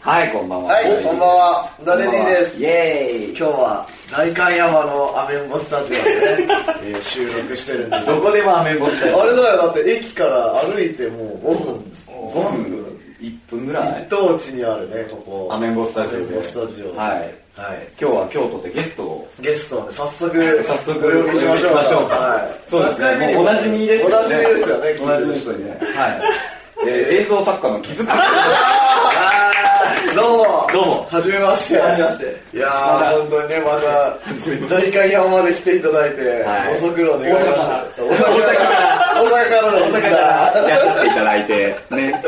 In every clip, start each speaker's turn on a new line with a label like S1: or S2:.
S1: はい、こんばんは。
S2: はい、こんばんは。うなレディです。
S1: イエーイ。
S2: 今日は代官山のアメンボスタジオでね、えー収録してる んです。あ
S1: そこでもアメンボスタ
S2: れ
S1: ジオ。
S2: だよ、だって駅から歩いてもう5分。
S1: 5分 ?1 分ぐら
S2: 一
S1: い
S2: 等地にあるね、ここ。
S1: アメンボスタジオで
S2: アメンボスタジオ。
S1: はい
S2: はい。
S1: 今日は京都でゲストを。
S2: ゲストはね、早速、
S1: 早速
S2: お呼びしましょう
S1: お呼びしましょうか
S2: はい。
S1: そうですねもうお馴染みですよ
S2: お
S1: ね
S2: なじみですよね、
S1: おなじみですよね。はい。えー映像作家の木塚さ
S2: どうも。
S1: どうも
S2: はじめまして。
S1: はじめまして
S2: いやー、本当にね、また、代官山まで来ていただいて、
S1: はい
S2: ご足労願いました。大阪から。大阪から
S1: ん
S2: です
S1: がいらっしゃっていただいて、ね。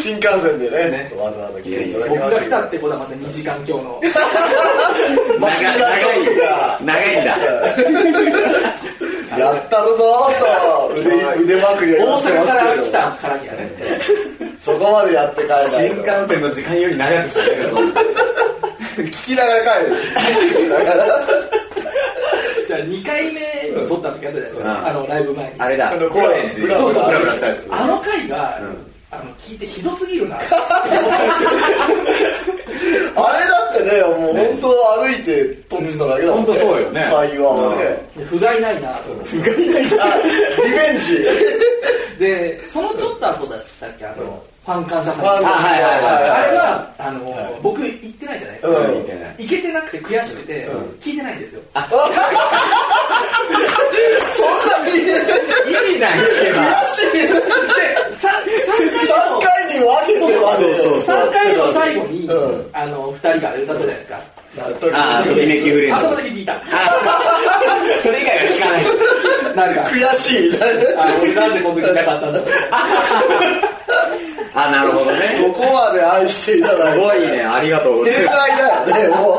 S2: 新幹線でね
S1: ね
S2: わざわざ来ていただき
S3: 僕
S2: ま
S3: が
S2: した
S3: 来たってことはまた2時間今日の
S1: 長い、長い、長いんだ。
S2: やったるぞーと腕腕まくりは
S3: 大
S2: やって
S3: 阪
S2: ま
S3: から来
S2: すけど
S3: たからにはね
S2: そこまでやって帰らない
S1: 新
S2: と
S1: 幹線の時間より長くしてるぞ。
S2: 聞きながら帰る聞きながら
S3: じゃあ2回目に撮った時あったじゃないです
S1: うん
S3: かあのライブ前に
S1: あれだ、
S2: あの
S1: 高円寺。
S2: ブラ
S1: そう
S2: ブ
S1: そ
S2: ラ
S1: う、ブラブラしたやつ。
S3: あの回があの聞いてひどすぎるな
S2: あれだってねもう本当歩いて撮ってただけだもん
S1: 本当そうよね
S2: 会話をね
S3: 不甲斐ないなと思っ
S2: あリベンジ
S3: てでそのちょっと後でしたっけあのファン感謝祭
S2: あ
S1: あはいはい
S3: あ
S1: は
S3: れはあの僕行ってないじゃないです
S2: う
S3: か
S2: ん
S1: みたいな。
S3: 行けてなくて悔しくて聞いてないんですよ
S2: そんなに
S1: いいじゃん、聞けば。
S3: でさ3回の
S2: 3回に分けてまで
S1: そうそう
S3: 3回の最後に
S2: う
S3: あの2人が歌ったじゃないですか
S1: あー、ときめきフレン
S3: あ
S1: ズ
S3: そこ。だけ聞いた
S1: それ以外は聞かない。
S3: なんか
S2: 悔しい
S3: あ俺なんでこの時なかったんだろう
S1: あ、なるほどね。
S2: そこまで愛していただ
S1: す
S2: いて
S1: ごいね、ありがとうござい
S2: 正
S1: ま
S2: 解だよねもう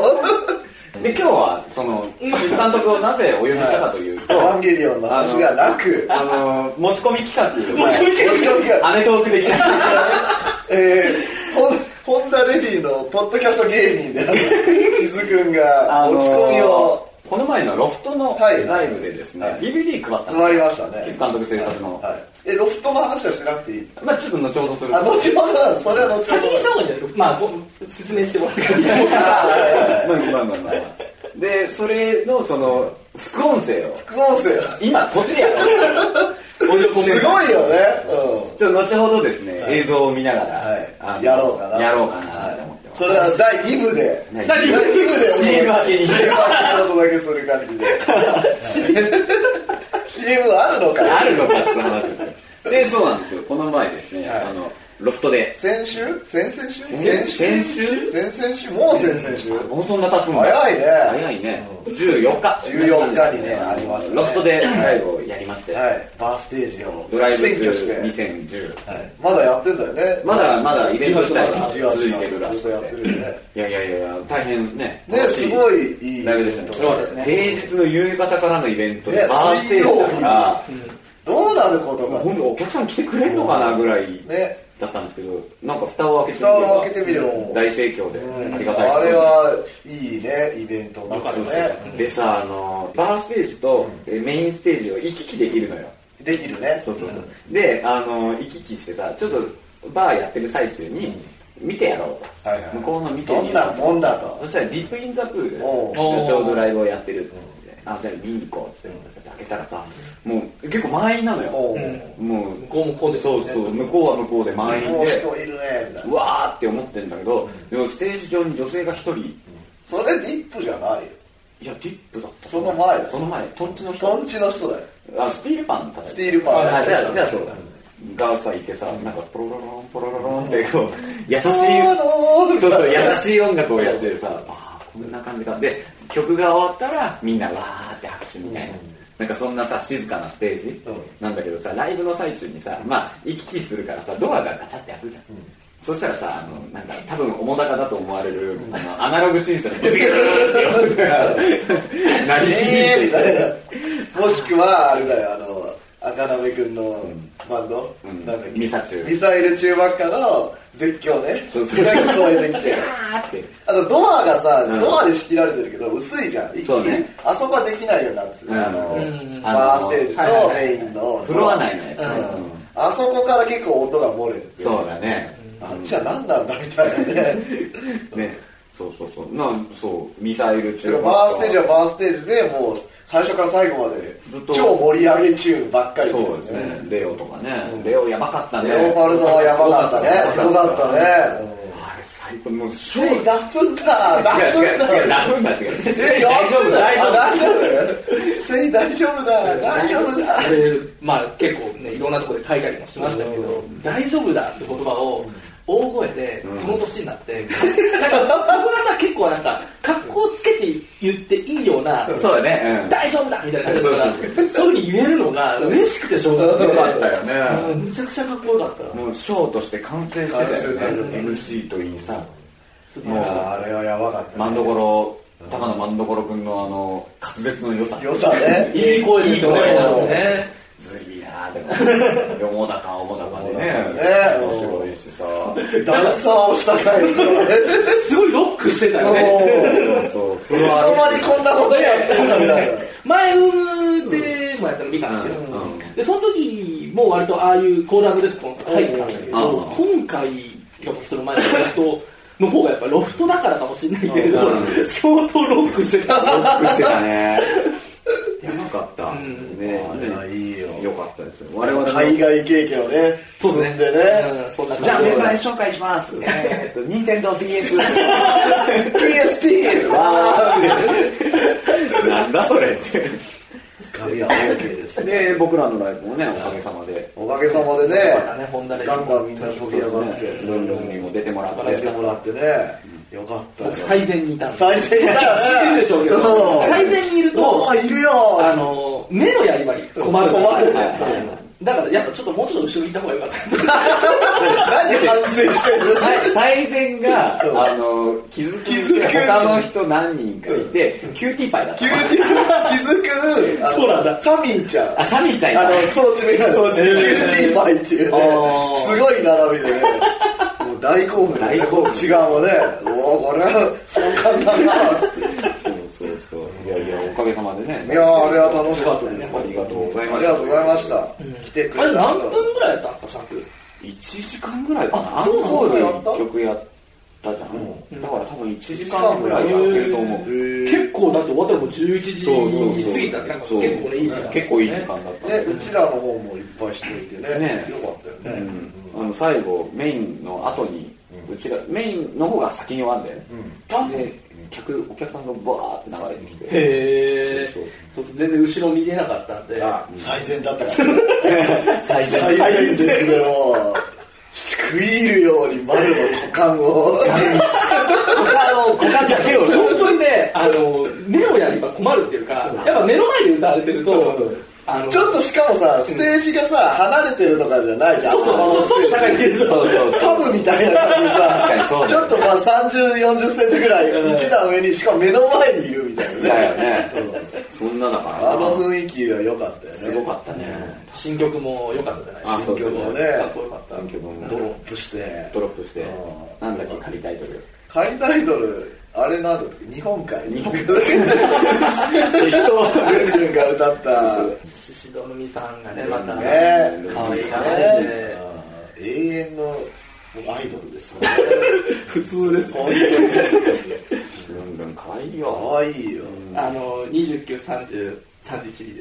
S1: す。で、今日は、その、監督をなぜお呼びしたかというと、
S2: エヴァンゲリオンの話がなく、
S1: あの、持ち込み企画。
S3: 持ち込み
S2: 持ち込みが、
S1: アメトーク的な。
S2: えー、ほんホンダレディのポッドキャスト芸人である、伊豆くんが、持ち込みを
S1: この前のロフトの
S2: はい
S1: ライブでですね、
S2: はい
S1: DVD 配ったんですよ
S2: 配りましたね。
S1: キス監督制作の。
S2: はい。え、ロフトの話はしなくていい
S1: まあちょっと後ほどする
S2: あ、。後ほどなのそれは後ほど。
S3: 先にした方がいいんじゃないですかまあこ説明してもらってください
S2: あはいはい
S1: まあまあまあまあ。で、それの、その、副音声を、
S2: 副音声。
S1: 今撮ってやろう。す
S2: すごいよね。うん。
S1: ちょっと後ほどですね、
S2: い
S1: 映像を見ながら、
S2: はい
S1: あの
S2: やろうかな
S1: やろうかなと思って
S2: はい
S1: ま。す。
S2: それは第2部で。
S1: 何
S2: 第2部で。
S1: CM 明けに
S2: して ることだけする感じで。CM あるのか
S1: あるのかって話ですよ。で、そうなんですよ。この前ですね、
S2: はい
S1: あの、ロフトで。
S2: 先週先々週
S1: 先先週
S2: 先々週もう先々週
S1: あもうそんな経つんだ。
S2: 早いね
S1: 早いね。14日。
S2: 14日にねありましたね
S1: ロフトでライブをやりまして、
S2: はいバーステージを
S1: ドライブ
S2: 占拠して、
S1: 2010。
S2: はい、まだやってんだよね
S1: まだまだイベント自体は
S2: じわじわ
S1: 続いてるらしくて
S2: ずっとやってるよね
S1: いやいやいや、大変ね。
S2: ね
S1: 楽し
S2: すごいいい
S1: ライブでしたね。
S3: そうですね
S1: 平日の夕方からのイベントで、
S2: ね
S1: バーステージだから、
S2: どうなることか
S1: 本当お客さん来てくれんのかなぐらい
S2: ね
S1: だったんですけど、なんか蓋を開けてみれば
S2: 蓋を開けてみればもう
S1: 大盛況で、ありがたい
S2: あれはいいねイベントだ
S1: そ
S2: か
S1: うそう
S2: ね
S1: でさあのバーステージとえメインステージを行き来できるのよ
S2: できるね
S1: そうそうそうであの行き来してさちょっとバーやってる最中に見てやろうと、
S2: はいはい
S1: 向こうの見て
S2: ど
S1: みよ
S2: ん
S1: う
S2: なもんだと
S1: そしたらディップインザプールで
S2: おう
S1: ちょうどライブをやってるって言ってあじゃあ見に行こうって言って開けたらさもう結構満員なのよ
S2: おう
S3: うん
S1: もう
S3: 向こうもこうです
S1: そ
S3: よ
S1: う
S3: ね
S1: そう向こうは向こうで満員
S2: もう
S1: で
S2: 人いるねみたいな
S1: うわーって思ってんだけどでもステージ上に女性が一人
S2: それディップじゃないよ
S1: いやディップだった
S2: その前だ
S1: その前トンチの人
S2: トンチの人だよ
S1: あスティールパンだ
S2: スティールパン
S1: あじゃあじゃあそうだがさいてさなんかポロロロンポロロロンってこう優しい
S2: そう
S1: そうそう優
S2: しい
S1: しい音楽をやってるさあーこんな感じかで曲が終わったらみんなわーって拍手みたいな、なんかそんなさ静かなステージ、
S2: うん
S1: なんだけどさライブの最中にさまあ行き来するからさドアがガチャって開くじゃん、そしたらさあのなんか多分面高だと思われる、あのア ナログ審査のビューって音が鳴り響いて
S2: ええみたいな
S1: も
S2: もしくはあれだよあの赤鍋くんのバンド、
S1: ん
S2: なんだっけ
S1: ミサ中
S2: ミサイル中ばっかの絶叫ね
S1: そうそう
S2: が聞こえてきて
S1: あーって
S2: あとドアがさ、
S1: うん
S2: ドアで仕切られてるけど薄いじゃん一気
S1: そう
S2: に、
S1: ね
S2: あそこはできないよなっつって、
S1: うん
S2: あの
S3: うん
S2: ファーステージ
S3: あの
S2: とメインの
S1: フロア内のやつね
S2: うんあそこから結構音が漏れてて
S1: そうだね
S2: あっちは何なんだみたいなね
S1: ねそうそうそうなん そうミサイル
S2: で
S1: 中
S2: もバーステージはバーステージでもう最初から最後まで
S1: ずっと
S2: 超盛り上げチューンばっかりだよ
S1: そうですねレオとかね、
S2: うん
S1: レオやばかったね
S2: レオパルドはやばかったねす
S1: すご
S2: ご
S1: か
S2: か
S1: った
S2: ったね
S1: あれ最高もうショ
S2: つい
S1: ー
S2: ダフンだダ
S1: 違う
S2: フ
S1: 違う
S2: ン
S1: 違う
S2: だ
S1: ダフんだ違う
S2: えや
S1: 大丈夫だ大丈夫だ
S2: 大丈夫せい大丈夫だ大丈夫だ
S3: でまあ結構ねいろんなところで書いたりもしましたけど「大丈夫だ」って言葉を大声でこの年になって、なんか僕がさ結構なんか格好つけて言っていいような「
S1: そうだね
S3: 大丈夫だ!」みたいな感じだからそういうふうに言えるのが嬉しくてしょうがな
S1: うんよ
S3: い
S1: かったよ
S3: う
S1: ね
S3: んむちゃくちゃかっこよかった
S1: もうショーとして完成してたよね
S2: 完成して
S1: MC
S2: た
S1: といいさ
S3: 素晴
S1: も
S3: ら
S1: う
S3: しい
S2: あれはやばかったね
S1: 真 所高野真所君のあの滑舌の良さ
S2: 良さね
S3: いい声ですよね
S1: いい声だ
S3: なんかね
S1: ずるいなでも でも桃高桃高でね
S2: ね
S1: 面白いしさ
S2: ダンサーをしたかい ですよね
S3: すごいロックしてたよね
S1: そうフ
S2: いつ
S1: ロア
S2: の間にこんなことやってんだみたいな
S3: 前ウームでもやったの見たんですよ、
S1: うんうん
S3: でその時も割とああいうコーランドレスポンス入ってたんだけど、
S1: うん
S3: 今回がその前のロフトの方がやっぱロフトだからかもしれないけれど、
S1: う
S3: 相当ロックしてた
S1: ロックしてたねやばかった、
S3: ん
S1: ね
S2: あれはいいよ
S1: よかったですよ我々も
S2: 海外経験をね
S3: そう
S2: 積
S3: で
S2: ん
S3: すね
S2: でね
S3: うんそんな感
S1: じゃあ
S3: ね
S1: メガネ紹介し ますえーっと任天堂 d s
S2: PSP わ
S1: なんだそれって
S2: ー髪は OK ですね
S1: で僕らのライブもねおかげさまで
S2: おかげさまでね
S3: ねホンダレ
S2: ガンガンみんな飛び上がって
S1: ルンルンにも出てもらって
S2: 話してもらってねよかったよ
S3: 僕最前にいたんです
S2: 最善だよね
S3: 知ってるでしょうけど
S2: うん
S3: 最前にいる
S2: お
S3: と
S2: ーいるよ
S3: あの目のやり場に困る
S2: 困る
S3: だからやっぱちょっともうちょっと後ろにいた方がよかった
S2: 何反省してる
S1: 最善があの気づき
S2: 気づく
S1: 他の人何人かいてキューティーパイだっ
S2: 急
S1: た
S2: に気づくあの
S3: そうなんだ
S2: サミーちゃん
S1: あサミーちゃんい
S2: あ
S1: た
S2: の装置メガネ
S1: 装置メガネ
S2: キューティーパイっていうね
S1: あー
S2: すごい並びでねもう大興奮
S1: 大興奮
S2: 違うもんねおおこれはそう簡単だ
S1: そうそうそういやいやおかげさまでね
S2: いやーあれは楽しかったです
S1: ありがとうござい
S2: あ
S1: ま
S2: り
S1: し
S2: が
S1: た
S2: とうございました来てく
S3: あれ
S2: れまし
S3: 何分ぐらいやったんですかシャンプー
S1: 1時間ぐらいかな
S3: あそうなの
S1: アンコール1曲やったじゃん、だから多分1時間ぐらいやってると思う、
S2: へー
S3: 結構だって終わったらもう11時過ぎたってなんか
S1: そう
S3: 結構ねいい時間
S1: 結構いい時間だったん
S2: ね
S1: で、
S2: うちらの方もいっぱいしておいてね
S1: ね
S2: よかったよね、
S1: うんあの最後メインの後に、うちがメインの方が先に終わるんだよね、
S3: あ
S1: で客お客さんがバーって流れてきて
S3: へえ
S1: そう
S3: そう全然後ろ見れなかったんで
S2: あ最善だったから
S1: 最
S2: 最善ですねもう 食い入るように丸の股間を
S1: 他の股間だけを
S3: 本当にねあの目をやれば困るっていうかやっぱ目の前で歌われてるとあの
S2: ちょっとしかもさステージがさ離れてるとかじゃないじゃん
S3: そうそうちょちょっと高いけどちょっと
S1: そうそう
S2: パブみたいな感じでさ
S1: 確かにそうだね
S2: ちょっとまあ3040センチぐらい一段上にしかも目の前にいるみたいな
S1: だ
S2: ね
S1: よね、そんなだから
S2: あの雰囲気が良かったよね
S1: すごかったね、
S3: 新曲も良かったじゃない
S1: あそう
S2: 新曲もね
S3: かっこよかった
S1: 三曲も
S2: ドロップして
S1: ドロップして
S2: あ
S1: なんだっけ仮タイトル
S2: 仮タイトルあれなんだっけ日本海
S1: 日本海
S2: ル
S1: 適当
S2: ンルン が歌った
S3: ししどみさんがねまた
S2: ね
S3: 可愛い
S2: か
S3: 感
S2: ね
S3: じで
S2: うん永遠のもうアイドルです ね
S3: 普通です
S2: 本当に
S1: ルンルン可愛いよ
S2: 可愛いよ
S3: あの293031で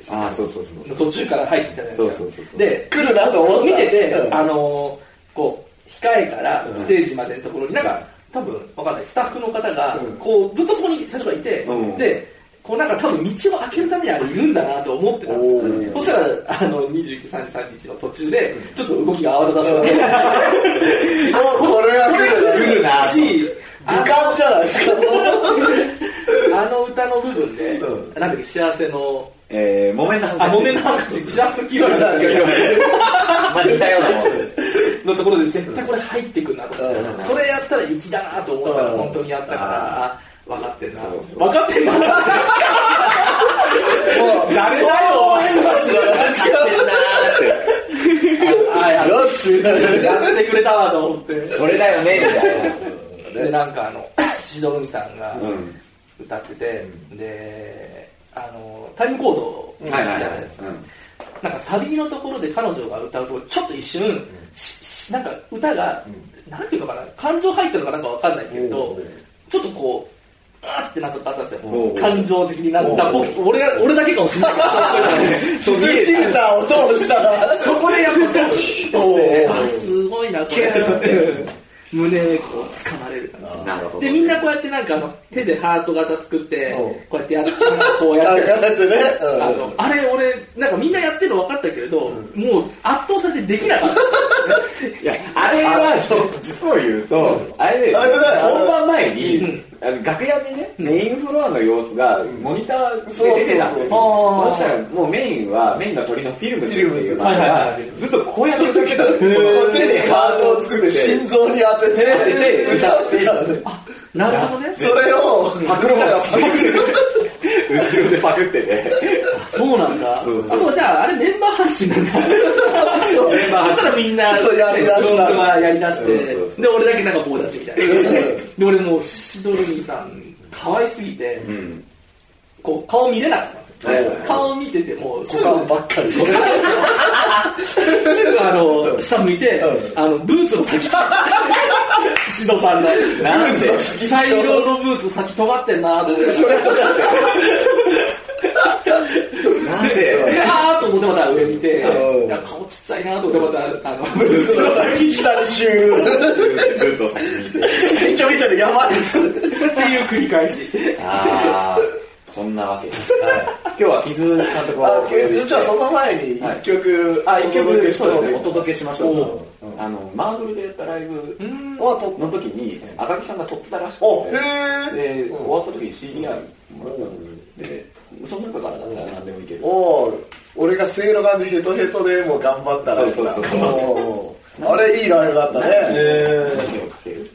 S3: した
S1: あそうそうそう
S3: 途中から入ってきたじゃないで
S1: そ
S3: すか
S1: うそうそうそう
S3: で
S2: 来るなと思った
S3: 見てて、
S2: うん
S3: あのーこう控えからステージまでのところになんか多分わかんないスタッフの方が
S2: うん
S3: こうずっとそこに最初からいて、
S1: うん
S3: でこうなんか多分道を開けるためにあれいるんだなと思ってたんですよ
S2: おー
S3: そしたらあの29、3時、3時の途中でちょっと動きが慌ただしくなって
S2: おこれは来るな
S1: 来るなと
S3: しあ
S2: 武漢じゃないですかも
S3: あの歌の部分で、
S2: う
S3: なんだっけ幸せの
S1: えー、木綿のハンカ
S3: あ
S1: チ
S3: 木綿のハンカチ幸せ黄色い
S2: なんか
S1: まあ似たようなもん
S3: のところで絶対これ入ってくるなと思って、
S2: うん
S3: それやったら粋だなと思ったら
S2: うん
S3: 本当にやったから、あ分かってんな
S1: そうそう
S3: 分かってんな
S2: もう
S1: 誰だよお
S3: あや
S2: よし
S3: ってくれたわと思って
S1: それだよねみたいな
S3: でなんかあの シドルミさんが
S1: うん
S3: 歌ってて、であのタイムコードをや
S1: はい
S3: るじゃ
S1: はいは
S3: ないいですかなんかサビのところで彼女が歌うとちょっと一瞬、ししなんか歌が、なんていうのかな感情入ってるのかなんかわかんないけれど、
S2: おう
S3: ちょっとこうあーってなったことあったんです
S1: おう
S3: よ感情的になった僕俺が俺だけかもしれない
S2: フ
S3: けどそう見えた
S2: ィルターを通したら
S3: そこでやっぱドキーッとして
S2: おう
S3: あすごいなこれって胸こう掴まれる感じ
S1: うんなるほど
S3: でみんなこうやってなんかあの手でハート型作って
S2: おう
S3: こうやってやるなんかこうや
S2: あ
S3: って
S2: かってね
S3: あのあれ俺なんかみんなやってるの分かったけれど、もう圧倒されてできなかった
S1: いやあれは実を言うとあれ
S2: あれだよ
S1: 本番前
S3: う
S1: に
S3: ん
S1: あの楽屋でねメインフロアの様子がモニターで出てたんですよ
S3: そうそうそう
S1: そしたらもうメインはメインの鳥のフィルムっていうの
S3: フィルムズはい
S1: が
S3: はいはい
S1: ずっとこうやってるだけだった
S2: 手でハートを作って心臓に当てて歌ってた
S3: なるほどね
S2: それを
S1: パクロマン後ろでパクってて
S3: そうなんだ
S1: そうそう
S3: あそうじゃああれメンバー発信なんだ
S1: メンバー発
S3: そし
S1: 信
S3: たらみんな
S2: そうやりだした
S3: 僕はやりだして
S1: そうそうそう
S3: で俺だけなんか棒立ちみたいなで俺もうシドルミーさん可愛すぎて、
S1: うん
S3: こう顔見れなかったんですよ、
S1: はいはいはい
S3: 顔を見ててもうす
S2: 股
S3: ぐ
S2: 間ばっかり
S3: すぐあの下向いて、
S2: う
S3: あのブーツの先シドさんの
S1: なんで
S3: 茶色のブーツ先尖ってんなと思って
S1: なぜ
S3: あーっと思ってまた上見て、
S2: うん
S3: いや顔ちっちゃいなと思ってまたあの
S2: 下にシュー
S1: ブーツを先に見て
S2: 一応見たらやばいです
S3: っていう繰り返し
S1: ああそんなわけです今日は木津監督をお呼びして
S2: じゃあその前に一曲
S1: あ、一曲そうですね、お
S2: お
S1: 届けしましょ
S2: お
S1: う。あの、マーブルでやったライブ
S3: ん
S1: をとの時に、赤木さんが撮ってたらしく
S2: へ
S1: て、
S2: え
S1: で、終わった時に CD がもらったんで、その中からだったら何でもいける。
S2: お俺がせいろがんでヘトヘトでもう頑張ったらあれいいライブだったね
S1: 何をかける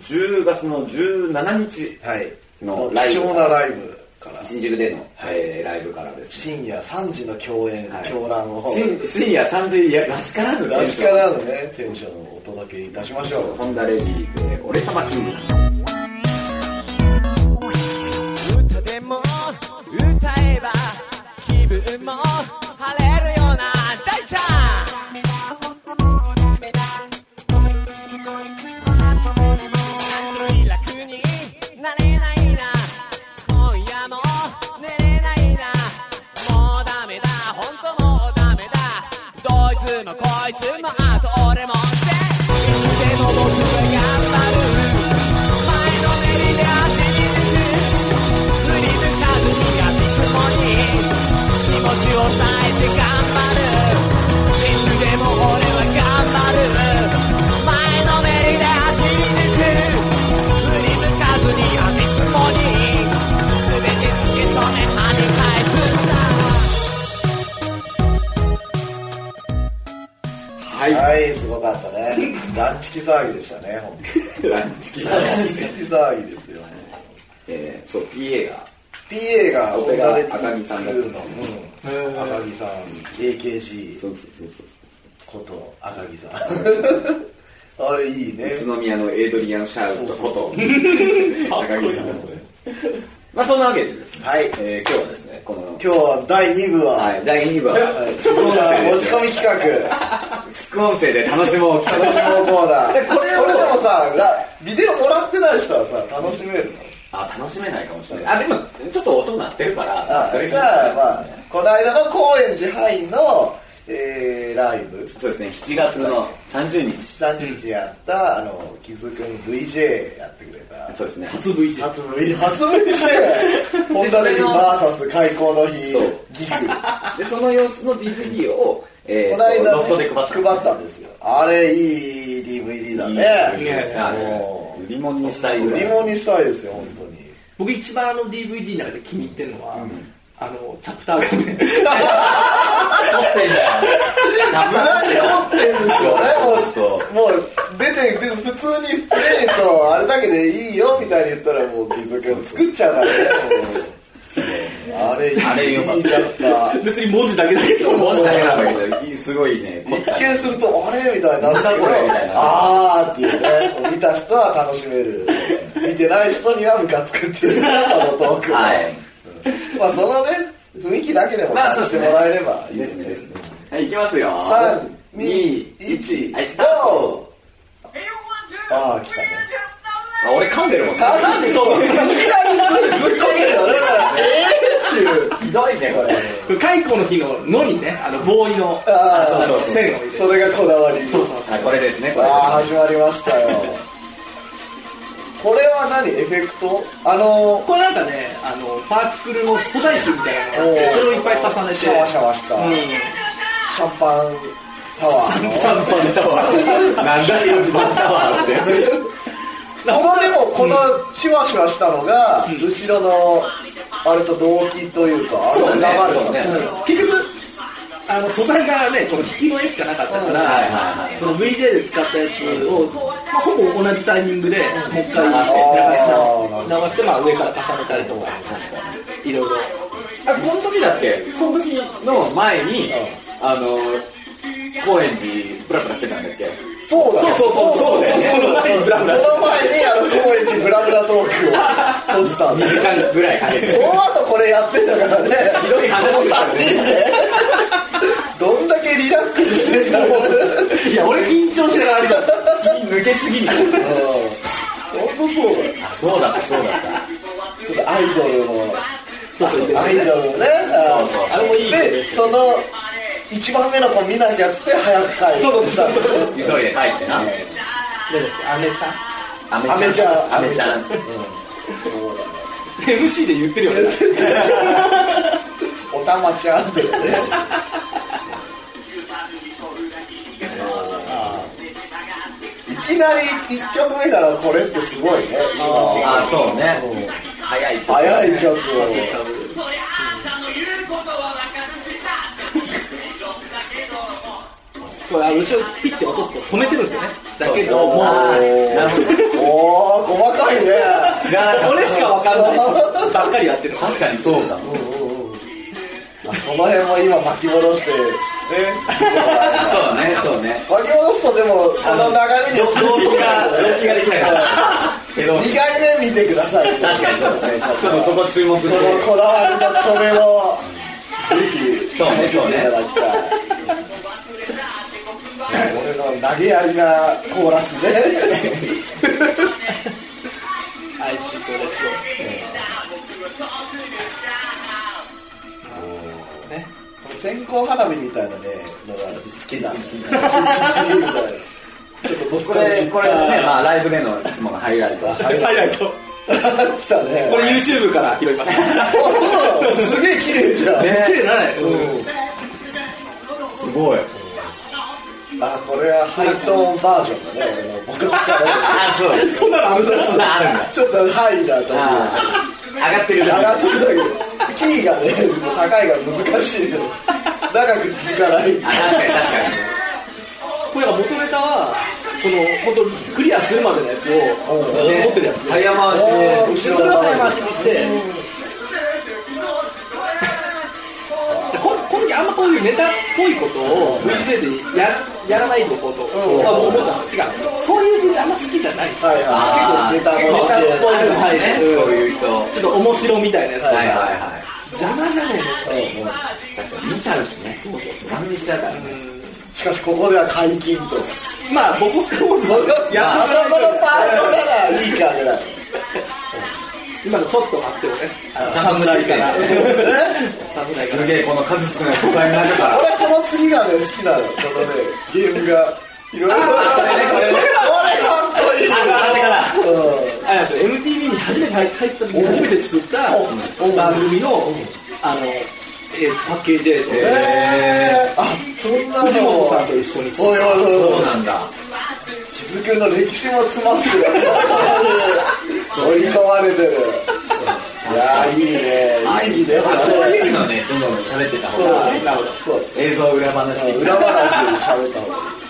S1: ?10 月の17日
S2: はい
S1: のライ
S2: 貴
S1: ブ
S2: 重。なライブから
S1: 新宿での、えーライブからです。
S2: 深夜3時の共演、
S1: はい
S2: 狂乱を
S1: 深深夜3時、いや、らしからぬ
S2: らしからのねテンションをお届けいたしましょう
S1: ホンダレディで、俺様キング。
S4: 歌でも歌えば気分も晴れるような大ちゃん気楽になれないな今夜も寝れないなもうダメだ本当もうダメだどいつもこいつもあと俺もっていつでも僕が頑張る前のめりで足につく振り向かずがつくもに気持ちを抑えて頑張るいつでも俺は頑張る前のめりで走り抜く振り向かずにやみつもに全て受け止め跳ね返すんだ
S1: はい。
S2: はいすごかったねランチキ騒ぎでしたねほんと
S1: ランチキさん
S2: ラン。チキ騒ぎですよ
S1: えー、そう、PA が。
S2: PA が
S1: オペラ
S2: オペラ
S1: 赤木さんだ
S2: の、うん、赤木さん AKG
S1: そうそうそうそう。
S2: こと赤木さん あれいいね
S1: 宇都宮のエイドリアン・シャウト こと高木さん
S2: それ
S1: まあそんなわけでですね、
S2: はい
S1: えー今日はですねこの
S2: 今日は第2部は、
S1: はい、第2部は
S2: はい
S1: 副音声で
S2: 持
S1: す
S2: ち
S1: よ
S2: 込み企画
S1: 副音声で楽しもう
S2: 楽しもうコーナー
S1: これを
S2: でもさらビデオもらってない人はさ楽しめるの
S1: あ楽しめないかもしれないあでもちょっと音鳴ってるから
S2: あ
S1: それ
S2: じゃあまあ
S1: ね
S2: この間の高円寺ハイの、えーライブ
S1: そうですね7月の30日
S2: 30日やったあのキズくん VJ やってくれた
S1: そうですね
S3: 初 V 字
S2: 初 V 初 VJ ホンダレディ VS 開校の日
S1: そう
S2: ギフ
S1: でその様子の DVD を、え
S2: こ
S1: ー、
S2: の間、ね、
S1: ロフトで配ったんです
S2: 配ったんですよあれいい DVD だ
S1: いい
S2: ね
S1: DVD ですねあ
S2: も
S1: れ
S2: う
S1: 売り物にしたいぐ
S2: 売
S1: らい
S2: り物にしたいですよ本当に
S3: 僕一番あの DVD の中で気に入ってるのは、あのチャプターがね
S1: 撮ってんだよチャプター
S2: なんで凝ってんですよ
S1: そう
S2: ねもうもう出てで普通に プレートあれだけでいいよみたいに言ったらもう気づく作っちゃうからねあれ、
S1: あれよかった
S2: いいだった。
S3: 別に文字だけだけど
S1: 思ったようなんだけど、すごいね、凝っ
S2: 一
S1: た
S2: 見すると、あれみたいになるんだけ
S1: な
S2: ど
S1: んだこれみたい、な
S2: あーっていうね、見た人は楽しめる。見てない人にはムカつくっていう、このトークは。
S1: はい。
S2: まあ、そのね、雰囲気だけでも
S1: まあ
S2: 感じてもらえればいい
S1: で
S2: ですす
S1: ね、
S2: ね。
S1: ですね。はい、いきますよ。
S2: 3、2、1、
S1: はい、スタート
S2: あー、来たね。
S1: あ俺噛んでるもんね。
S2: 噛んでそう。いきなりずっこけるよね。
S1: ひどいね、 これ。
S3: 解雇の日ののにねあのボーイの
S2: あー
S3: あの
S1: そうそう
S3: 線を入れて
S2: それがこだわり。
S1: はい、これですね、これです。
S2: ああ始まりましたよこれは何エフェクトあの
S3: これなんかねあのパーティクルの素材紙みたいなのがあっ
S2: お
S3: て
S2: ー
S3: それをいっぱい重ねて
S2: シャワシャワした、
S3: うん
S2: シャンパンタワーの
S3: シャンパンタワ
S1: なんだ、シャンパンタワーって。
S2: このでもこのシュワシュワしたのが、後ろのあれと同期というかあれ
S1: そうね
S2: が流れた
S1: そうね
S3: うん結局あの素材がねこの引きの絵しかなかったか
S1: はいはい
S3: ら
S1: はい。
S3: その VJ で使ったやつを、まあ、ほぼ同じタイミングでもう一回して
S2: あ
S3: 流して流して、まあ、上から重ねたりとかいろいろ
S1: あこの時だってこの時の前に、あの高円寺ブラブラしてたんだっけ
S2: そうだね
S3: そうそうそうそう
S1: だよね
S3: その前にブラブラ
S2: この前にあの公園にブラブラトークを撮ってたんで
S1: 2時間ぐらいかけて
S2: その後これやってんだからね
S1: ひどい話をした
S2: 3人でどんだけリラックスしてんだろう
S3: いや俺緊張しながら歩いた
S1: 抜けすぎる
S2: 本当そうだ
S1: あそ
S2: よ
S1: うだったそうだっ
S2: ちょっとアイドルの
S3: そうそう
S2: アイドルのね
S1: そうそう
S3: あれもいいよね
S2: でその一番目の子見なきゃっつって早く帰る
S3: そうそうそうそう
S1: た急いで帰ってな
S3: アメちゃん
S1: アア
S2: アメちゃん
S1: メちゃん
S3: MC で言ってるよね
S2: おたまちゃんってね いきなり1曲目からこれってすごいね
S1: あそうね早い
S2: 早い曲を
S3: これあの後ろピッて音って止めてるんですよねだけど
S1: そうそう
S3: もう
S1: あーなるほど
S2: おお細かいね
S1: 知らなかっ
S3: これしかわかんないばっかりやってるの
S1: た確かにそうだもん
S2: あその辺も今巻き戻してね
S1: そうだねそうね
S2: 巻き戻すとでもあの流れに
S1: 動機が動機ができなかったけど
S2: 2回目見てください
S1: 確かにそうだねちょっとそこ注目し
S2: そ
S1: て
S2: のこだわりのそれを
S1: そうねそう
S2: 見て
S1: ね
S2: いただきたい俺の投げやりなコーラスで
S3: 哀愁とですね
S2: 線香花火みたいなねのが好きなんですよみたいなちょっとボス
S1: これこれねまあライブでのいつものハイライト
S3: ハイライト
S2: 来たね
S3: これ YouTube から拾いまし
S2: あ
S3: た
S2: そうなのすげえ綺麗じゃん、
S1: ね
S3: 綺麗だねうん
S1: すごい
S2: あこれはハイトーンバージョンだね俺の僕の使う
S1: あそう
S3: そんなのあるじゃん
S1: そんなあるんだ
S2: ちょっとハイだと思う
S1: 上がってる
S2: 上がってるんだけどキーがね高いから難しいよ長く続かない
S1: あ確かに確かに
S3: これが元ネタはその本当クリアするまでのやつを
S2: うん
S3: ずっと持ってるやつ
S1: 早回し
S2: おー
S3: それを早回しにしてでここの時あんまこういうネタっぽいことを VJ でややらないとこと
S2: うん
S3: は思ったのてかそういう分あんま好きじゃない
S2: はいはい結構ネタも
S3: あー
S2: ね
S3: 結構ネタっぽい
S1: はいね
S3: うん
S1: そういう人は
S3: ちょっと面白みたいなやつ
S1: い
S3: とか
S1: はいはい
S3: 邪魔じゃね
S1: 確かに見ちゃうしねそうそうガン見しちゃうからね
S2: しかしここでは解禁と
S3: えのまあボコスカモーズ
S2: 僕
S3: は
S2: や
S3: や
S2: あ
S3: って
S2: そこのパ
S3: な
S2: ー
S3: い
S2: トならいいかぐらい
S3: 今のちょっと待ってもねあの
S1: 侍
S3: 侍か
S1: からら
S3: 侍から
S1: すげえこの数少ない素材の中か
S2: 俺この次がね好きなのこのねゲームがいろいろ
S1: これねこれね
S2: 俺かっ
S1: ら
S2: こいいうん
S3: あれなんですよ MTV に初めて入入った時に初めて作った番組のあの、えーパッケージ映像
S1: へ
S3: で
S1: え
S2: あそんなの
S3: 藤本さんと一緒に
S2: おいおいおいお
S1: そ
S2: いう
S1: なんだ
S2: 気づくの歴史も詰まってる追い込まれてるいやーいいねいいね
S1: あこういうのねどんどん喋ってた方が
S2: そう
S1: 映像裏話
S2: そう裏話で喋った方がいい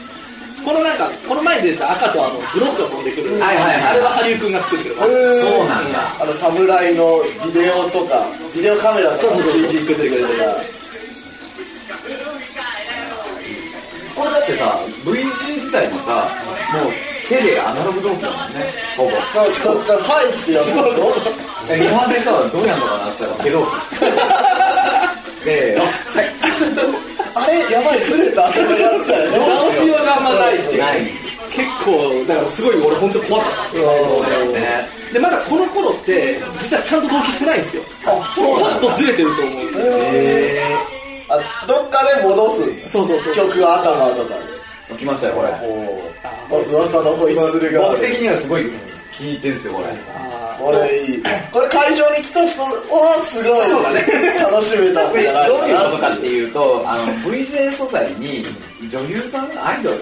S3: このなんかこの前に出た赤とあのブロックが飛んでくる、
S1: はいはいはい
S3: あれは羽生君が作ってくれた、
S1: そ うなんだ
S2: あの侍のビデオとかビデオカメラとかも CD 作ってくれてた
S1: これだってさ VG 自体もさもう手でアナログ動機だもんねほぼ
S2: そうそうそうはいってやるの
S1: え日本でさどうやんのかなって言ったら手動機せーの
S2: あれやばいずれたあそこやってたよね
S3: 直しようがあんまないっていう
S1: ない
S3: 結構だからすごい俺本当怖かったんですよでまだこの頃って実はちゃんと同期してないんですよ
S2: あ
S3: ち
S2: そう
S3: ょ
S2: な
S3: っ
S2: んだ
S3: とずれてると思うんですよ
S2: へえあどっかで戻すんだ
S3: そうそうそう
S2: 曲頭とか
S1: 来ましたよこれ
S2: お噂のホイッスルがあ
S1: 僕
S2: る
S1: 的にはすごい聞いてんすよこれ
S2: これいいこれ会場に来た人わあすごい
S3: そうだね
S2: 楽しめたん
S1: で
S2: じゃない
S1: どういうこと
S2: か
S1: かっていうとあの VJ 素材に女優さんアイドル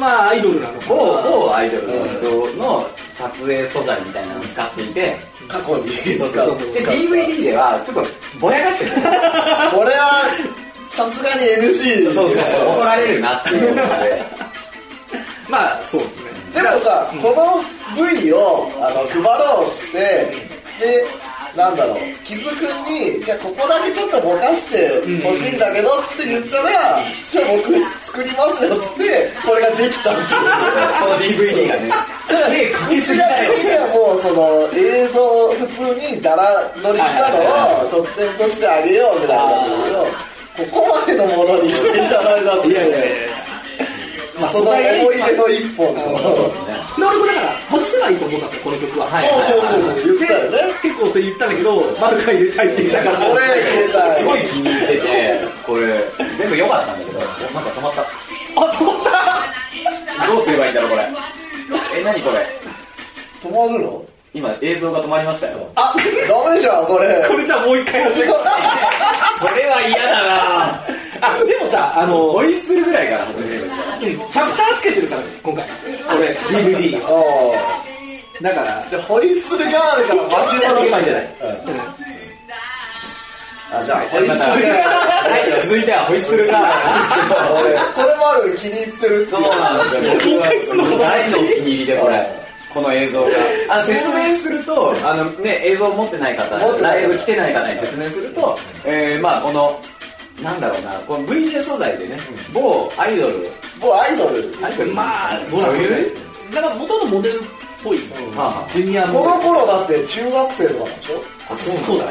S3: まあアイドルなの
S1: 某
S3: か
S1: 某アイドルの人の撮影素材みたいなのを使っていて
S2: な過去に使う
S3: そう
S1: で DVD ではちょっとぼやかしてる
S2: これはさすがに NG です
S1: そうそうそう怒られるなっていうので
S3: まあそうですね
S2: でもさ、この V をあの配ろうっつってでなんだろう木津君にじゃあここだけちょっとぼかしてほしいんだけどっつって言ったら、じゃあ僕作りますよっつってこれができたんですよ
S1: この DVD がね手かけすぎ
S2: 違う
S1: だよ
S2: 的にはもうその映像を普通にだら乗りしたのを特典としてあげようみたいなんだけどここまでのものにしていただいたってい
S3: まあ
S2: その
S3: その
S2: 思い
S3: 辺で
S2: 出の一本の
S3: 俺もだから外せばいいと思ったんですよこの曲ははい
S2: そうそうそう言ったよね
S3: 結構それ言ったんだけどマルカ入れたいって言ったから
S2: これ入れたい
S1: すごい気に入っててこれ全部良かったんだけどおなんか止まった
S3: あ止まった
S1: どうすればいいんだろうこれえ何これ
S2: 止まるの
S1: 今映像が止まりましたよ
S3: あ
S2: ダメじゃんこれ
S3: これじゃあもう一回始めよう
S1: それは嫌だな
S3: あでもさあの
S1: ホイッスルぐらいから始める
S3: チャプターつけてるから今回俺 DVD
S2: おお
S3: だから
S2: じゃあホイッスルガールから巻き戻した
S3: ない
S2: あじゃあホイッスルガール
S1: はい続いてはホイッスルガー
S2: 俺これもある気に入ってる
S1: そうなんですよ僕は大のお気に入りでこれこの映像があの説明するとあの、ね、映像を持ってない
S2: 持っ
S1: 方
S2: てな
S1: ラ
S2: い
S1: イブ来てない方に説明すると、えーまあこのなんだろうなこの VJ 素材でね某アイドル
S2: もうアイドル
S1: アイドル
S3: まあどう
S1: 女
S3: なんだろうね
S1: 優
S3: だから元のモデルっぽい
S1: はあは
S3: ジュニア
S2: こ
S3: モ
S2: の
S3: デ
S2: 頃だって中学生とかでしょ
S1: あ
S3: ルそうだね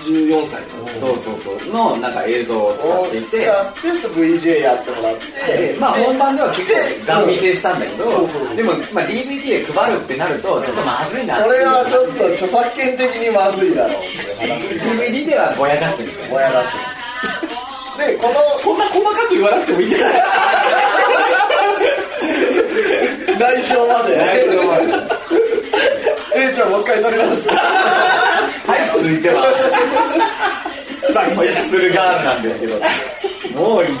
S3: 14歳
S1: そうそうそうのなんか映像を使っていて
S2: やって VJ やってもらっ
S1: で
S2: て
S1: まあ本番では結構ガン見せしたんだけど
S2: そうそうそう
S1: でも、まあ、DVD で配るってなるとちょっとまずいなって
S2: こ
S1: い
S2: れ
S1: う
S2: はちょっと著作権的にまずいだろうっていう話
S1: DVD ではぼやかしてるんですよね
S2: 親らし いでこの
S3: そんな細かく言わなくてもいいんじゃない
S1: 内緒まで
S2: 内緒まで えじゃあもう一回撮ります
S1: はい続いてはホイッスルガールなんですけどもういいって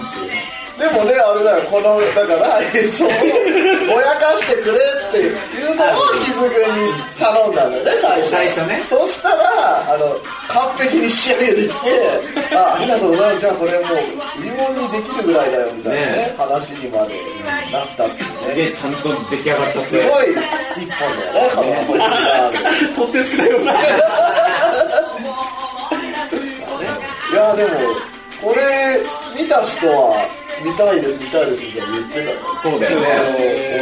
S1: いう
S2: でもねあれだよこのだから映像をぼやかしてくれっていうのを木津君に頼んだんだよね最初
S1: 最初ね
S2: そしたらあの完璧に仕上げてきてあありがとうございますじゃあこれもう売り物にできるぐらいだよみたいなね
S1: ね
S2: 話にまでなったっていうね
S1: でちゃんと出来上がったっ
S2: すごい一本だよねこの星が
S3: とってつけたような
S2: あるいやでもこれ見た人は見たいです見たいですみたいな言ってたの
S1: そうだよね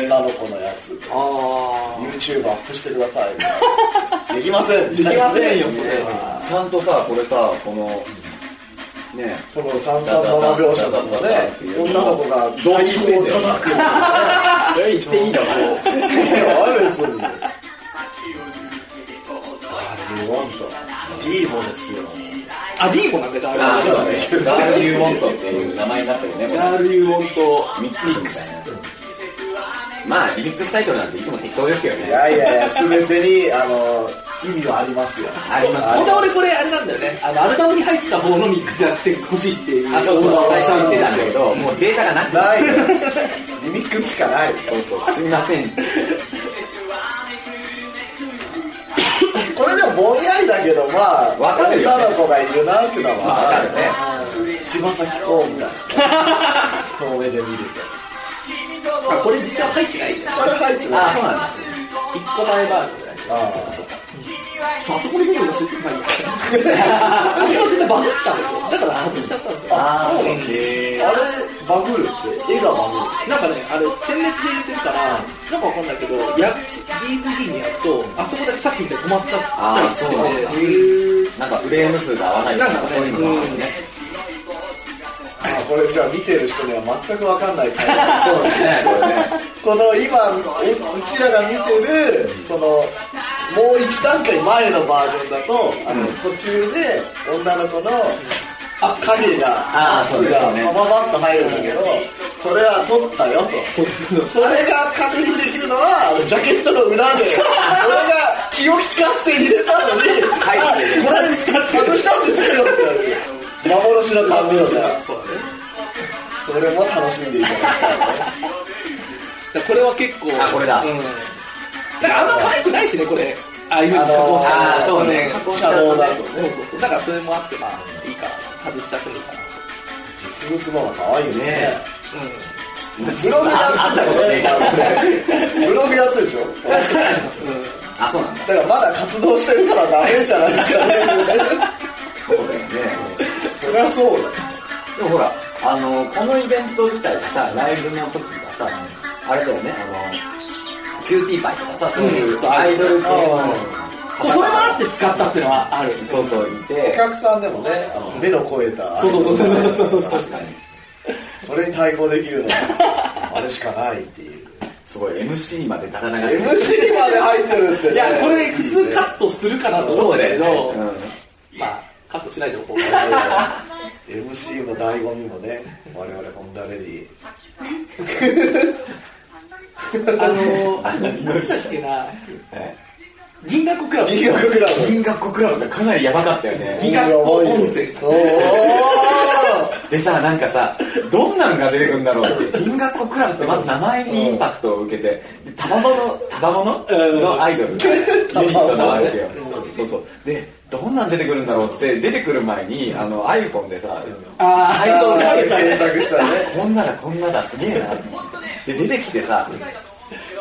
S2: 女の子のやつ
S3: あ
S2: YouTube アップしてくださいできませんでき
S3: ませんよ
S1: ちゃんとさこれさこのね
S2: この三三七描写だとかね女の子が
S1: 同期してんだよ
S2: 叩く
S1: それ言っていいのか
S2: いやあるやつにあれワンといいもんですよ
S3: ああディーボなんだよ
S1: なあ
S3: あ
S1: そうだね「ガール・ユー・ォント」っていう名前になってるねこ
S3: れ
S1: れ
S3: ガールユーオンと
S1: ミックスみたいなまあリミックスタイトルなんていつも適当ですけど
S2: い
S1: ね
S2: やいやいや全てにあの意味はありますよ
S1: あります
S3: 本当は俺これあれなんだよねあのアルバムに入ってた方のミックスでやってほしいっていう
S1: あそうそう
S3: オーダーを
S1: 最
S3: し
S1: 初
S3: た
S1: 言って
S3: んで
S1: たんだけどもうデータがなくて
S2: ないよリミックスしかない
S1: そうそうすみません
S2: これでもぼんやりだけどまあ
S1: わかるよね
S2: 女の子がいるなってのは
S1: まあわかるね
S2: 柴咲コウみたいな遠目で見ると
S3: あ これ実は入ってないじゃん
S2: これ入ってる
S1: あそうなんだ
S3: 1個前バージョンじゃない
S2: あ
S3: そうあそこに僕がついてるいやあそこ絶対バグったんですよだから外しちゃったんですよ
S1: あ
S2: そう
S1: ー
S2: なんだあれバグるって絵がバグる
S3: なんかね、あれ、点滅で入れてるから、なんかわかんないけど、や DVD にやると、あそこだけさっきみたいに止まっちゃったりして
S1: あーそうなんだ
S3: て、へー
S1: なんかフレーム数が合わないと
S3: なん
S1: か
S3: か
S1: そういうのもあるね
S2: あこれじゃあ見てる人には全く分かんないから
S1: そうですねこれね
S2: この今えうちらが見てるそのもう一段階前のバージョンだとあの途中で女の子のあ影が
S1: あーそうですよね
S2: がパパパッと入るんだけどそれは撮ったよとそれが確認できるのはあのジャケットの裏で俺が気を利かせて入れたのに「
S1: はい
S2: あこれですか?」外したんですよ」って言われて幻のタブーだ
S3: そうだね。
S2: それも楽しんでいただきたいね
S3: だからこれは結構、
S1: あこれだ
S3: うん。なんかあんま可愛くないしね、これ。ああいうふうに加工して
S1: あーそうね
S3: 加
S2: 加
S3: 工
S2: 工
S3: し
S2: し
S3: ち
S2: た
S3: ゃう
S2: 動
S3: とね
S2: 画と
S3: そうそうそう。だからそれもあって、まあ、いいから、外しちゃってもいいかな。
S2: 実物の方が可愛いよね
S1: ね
S2: ブログや
S1: ああ
S2: っ
S1: ってた
S2: る
S1: ことねえ
S2: よねブログやってるでしょ
S1: あそうなんだ
S2: だからまだ活動してるからダメじゃないですかね
S1: そうだよね
S2: そりゃそうだよ
S1: でもほらあのこのイベント自体がさライブの時がさあれだよねあのキューティーパイとかさそういうアイドル系の
S3: こうそれもあって使ったっていうのはある。
S1: そうそうい
S2: お
S1: て
S2: 客さんでもねあの目の超えた
S3: そうそうそうそうそうそう
S1: 確かに
S2: それに対抗できるの はあれしかないっていう
S1: すごい MC までだだ流
S2: MC
S1: して
S2: まで入ってるってね
S3: いや、これ普通カットするかなと思
S1: そう
S3: った
S1: だ
S3: け
S1: よ
S3: ど、
S1: ね、
S3: まあ、カットしないでおこう
S2: MC の醍醐味もね我々ホンダレディ
S3: あの
S1: あ
S3: ー、何だっけな、
S1: はい
S3: 銀河国クラブ。
S2: 銀河クラブ
S1: 銀河国クラブがかなりヤバかったよね
S3: 銀河湖温泉
S2: おお
S1: でさなんかさどんなんが出てくるんだろうって銀河国クラブってまず名前にインパクトを受けてでタバモのタバモ
S3: う
S1: の
S3: ん
S1: のアイドルユニットなわけよそうそうでどんなん出てくるんだろうって出てくる前にあの iPhone でさ
S3: あー
S1: 配送がある
S2: 検索したね
S1: こんなだこんなだすげえなで出てきてさ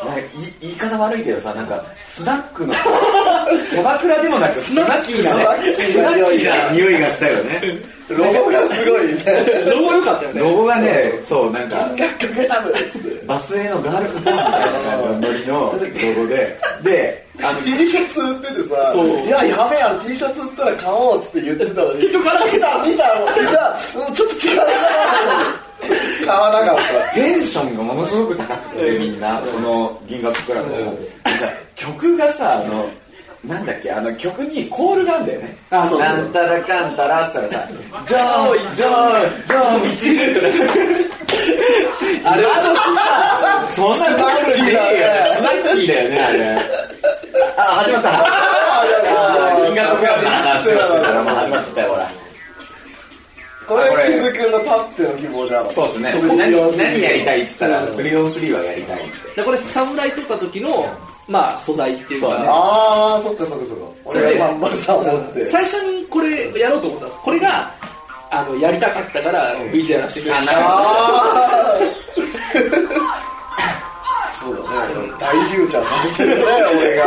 S1: なんかい言い方悪いけどさなんかスナックのキャバクラでもなくスナッキーなね
S2: ス
S1: ス
S2: ナ
S1: ナ
S2: ッ
S1: ッ
S2: キ
S1: キ
S2: ー
S1: ー
S2: な
S1: な匂いがしたよね
S2: ロゴがすごいね
S3: ロゴ良かったよね。
S1: ロゴがねそうなんか
S2: 学クラブです
S1: バスへのガールズバーみたいな感じのノリのロゴでであの
S2: T シャツ売っててさ
S3: そう
S2: いややべえあの T シャツ売ったら買おうっつって言ってたのに
S3: 結局買わなか
S2: 見た見た見たうんちょっと違うな買わなかった
S1: テンションがものすごく高くてみんなその銀河クラブのさ曲がさあのなんだっけあの曲にコールがあるんだよね
S3: あそう
S1: なんたらかんたらっつったらさ「ジョーイジョーイジョーイミチル」とかさそんなのバッキーだよね
S2: あれ
S1: スナッキーだよねあれあ始まったあー銀河クラブの話してますからもう始まっちゃったよほら
S2: こ
S1: こ
S2: れ
S1: れ
S2: キズくんのパッての希望じゃん
S1: そうですね何何やりたいっつったら3on3 はやりたいって
S3: でこれ、侍撮った時の、まあ、素材っていう
S1: そう
S3: か
S1: ね、
S2: ああそっかそっかそっか俺が303持って
S3: 最初にこれやろうと思ったんです。これが、あの、やりたかったから、VJ やらせてくれた
S1: あなるほど
S2: ああそうだね大フューチャーされてるね俺が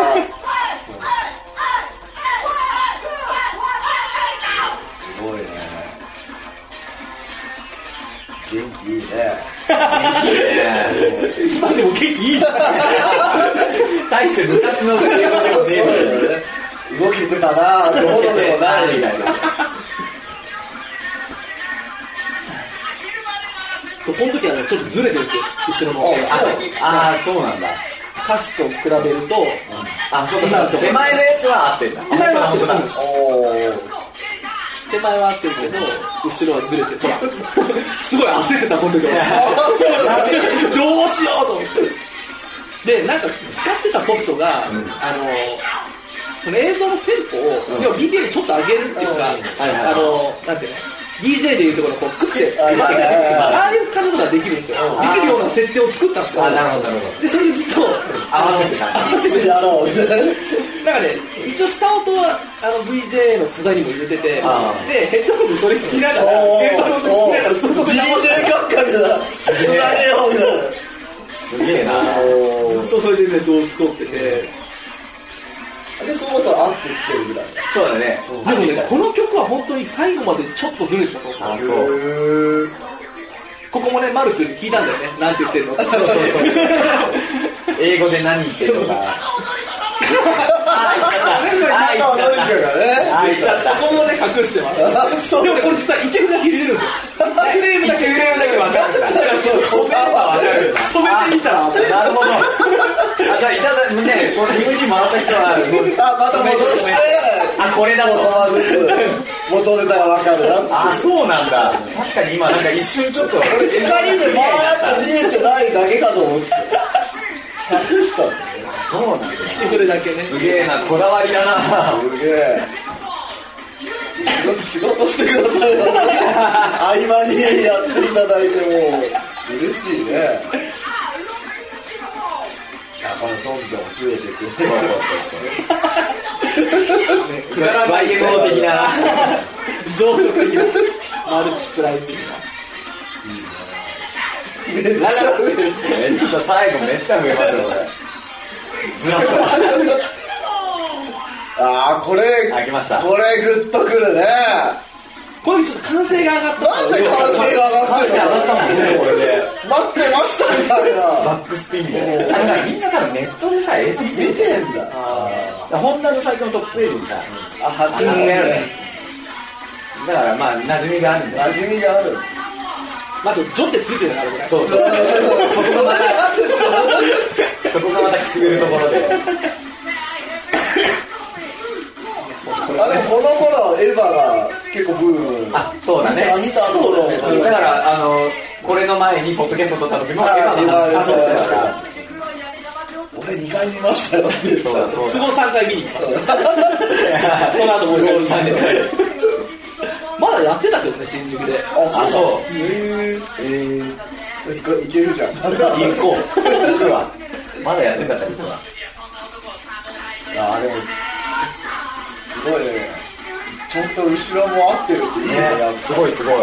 S2: すごいね元気いいね
S3: 今でもケーキい いじゃん。
S1: 大して昔の生活が
S2: そう
S1: ね
S2: だよね動けてたなぁどうでもない
S1: みたいな
S3: そうこの時はね、ちょっとずれてるんですよ、後ろの方。
S1: ああそうなんだ
S3: 歌詞と比べると、
S1: あそうかそうか手前のやつは合ってんだ
S3: 手前は合って
S1: 本当
S3: る
S1: だ
S3: う
S2: お
S3: ん
S2: お
S3: 手前は合ってるけど、後ろはずれて、ほら、 すごい焦ってた、この時は。 どうしようと思って。で、なんか使ってたソフトが、あの、その映像のテンポを、要は BPM ちょっと上げるっていうか、
S1: はいはい
S3: あの、なんていうの DJ でいうところこうクッて
S2: はい
S3: 配って
S2: はいはいはい
S3: ああいう感じのことができるんですよ
S2: うん
S3: できるような設定を作ったんですよ
S1: あなるほどなるほ
S3: でそれでずっと
S1: 合わせてたんだ
S3: あの合わせてた
S2: やろうね
S3: なんかね、一応下音はあの VJ の素材にも入れてて、で、
S1: あー
S3: ヘッドホンでそれ聞きながら、ヘッドホンで聞きながら、ずっと
S2: DJ 感覚だつなげようみたいな
S1: どすげえな
S3: ずっとそれでね動機取ってて
S2: でそろそろ合ってきてるぐらい
S1: そうだね
S3: でもねこの曲は本当に最後までちょっとずれてたと思
S1: あ
S3: う
S1: そう
S2: う
S3: ここもねマル君に聞いたんだよねなんて言ってんの そう
S1: そうそう英語で何言ってるのか
S2: あ
S1: あ
S2: あ
S1: 言っちゃった
S2: がね
S1: あ言っちゃった
S3: ここもね隠してます
S2: あ
S3: で
S2: そう
S3: もねこれ実は1フレだけ入れるんですよ1フレームだけ
S1: 一フレームだけわかるんだ
S3: だからそう
S1: 飛べばわかる
S3: 止めてみたら
S1: なるほどあじゃあいただねこの DVD もらった人は
S2: あまた戻して
S1: あこれだと
S2: あずつ元ネタが分かるな
S1: あそうなんだ確かに今なんか一瞬ちょっと
S2: 光でバーッと見えてないだけかと思って隠したんだね
S1: そうなんだ
S3: 1フレだけね
S1: すげえなこだわりだな
S2: すげえよく仕事してくださいよ合間にやっていただいてもう嬉しいねあこのどんどん増えていくそうそう
S3: くだらない
S1: YMO 的な
S3: 増殖的なマルチプライズ的な
S2: めっちゃ増えてる
S1: めっちゃ最後めっちゃ増えますよこれずらっ
S2: あーこれ
S1: と開きました
S2: これグッとくるね
S3: これちょっと歓声が上がった
S2: なんで完成が上がってるの
S1: もんねこれで
S2: 待ってましたみたいな
S1: バックスピンであだからみんな多分ネットでさ映像見て
S2: 見てんだ
S1: ホンダの最近のトップページにさ
S2: あ初
S1: うん
S2: め
S1: やるねだからまあ馴染みがあるんだよ
S2: 馴染みがある
S3: まずジョってついてるからこれ
S1: そうそうそこがま
S2: なんでしょう
S1: たそこがまたくすぐるところで
S2: あでもこの頃エヴァが結構ブーム
S1: あそうだね
S2: 見た見た
S1: そうだね
S2: うん
S1: だからあのこれの前にポッドキャスト撮った時も
S2: あ
S1: エヴァの話
S2: エヴァ
S1: あそうそうそう
S2: 俺2回見ましたよって言って
S1: そうだそう
S3: 都
S1: だ
S3: 合3回見に行きます
S1: だ
S3: その後もう一回見に
S1: 都合三
S3: まだやってたけどね新宿で
S2: た
S1: あそう
S2: へえいけるじゃん
S1: 行こう行くわまだやってんだったら行くわ
S2: あでもすごいねちゃんと後ろも合ってるっていいねやっ
S1: ねすごいすごい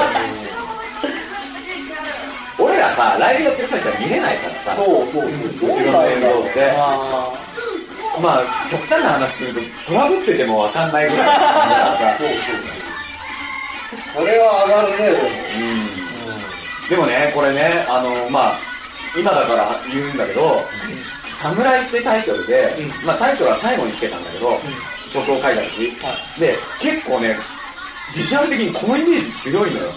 S1: 俺らさライブやってる最中は見れないから
S2: ぱ
S1: さ
S2: そうそうそうどうなんだろう
S1: ってまあ極端な話するとトラブってても分かんないぐらいだからさ
S2: そうそうこれは上がるねでも
S1: でもねこれねあのまあ今だから言うんだけど「侍」ってタイトルで、まあ、タイトルは最後につけたんだけど初頭書いた時、で結構ねビジュアル的にこのイメージ強いのよ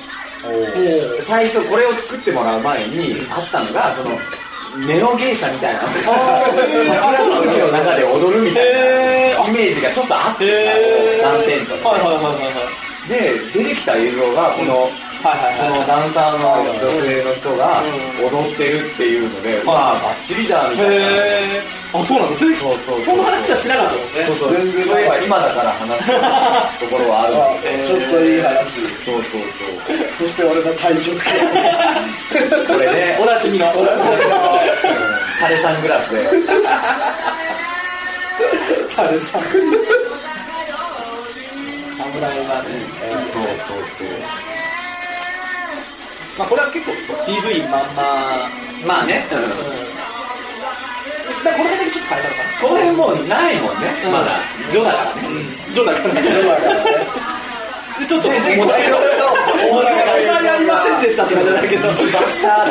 S1: 最初これを作ってもらう前にあったのがそのネオ芸者みたいな桜の海の中で踊るみたいなイメージがちょっとあって断点とか
S3: はい
S1: ね
S3: はいはいはい
S1: で出てきた映像がこの
S3: はい
S1: こ
S3: はい
S1: のダンサーの女性の人が踊ってるっていうのでまあバッチリだみたいな
S3: へーあそうなんだそれ
S1: そうそうそう
S3: その話はしなかったもんね
S1: そうそうそういえば今だから話すところはあるんだ
S2: あ
S1: よね
S2: ちょっといい
S1: そ
S2: 話
S1: うそうそう
S2: そして俺の体重
S1: これ ね
S3: おなじみの
S1: 枯れサングラスで
S3: タレさん
S1: そうそうそう
S3: 侍はねまあこれは結構 PV まんま
S1: まあね、
S3: だからこの辺だけちょっと変えたのか
S1: この辺もうないもんね、
S3: うん
S1: まだ。ジョだからね。
S3: なジョナからでちょっと
S1: で で
S3: もったいない
S1: こ
S3: お
S1: れ
S3: 題がありませんでしたって感じだけど
S1: バッシャーだ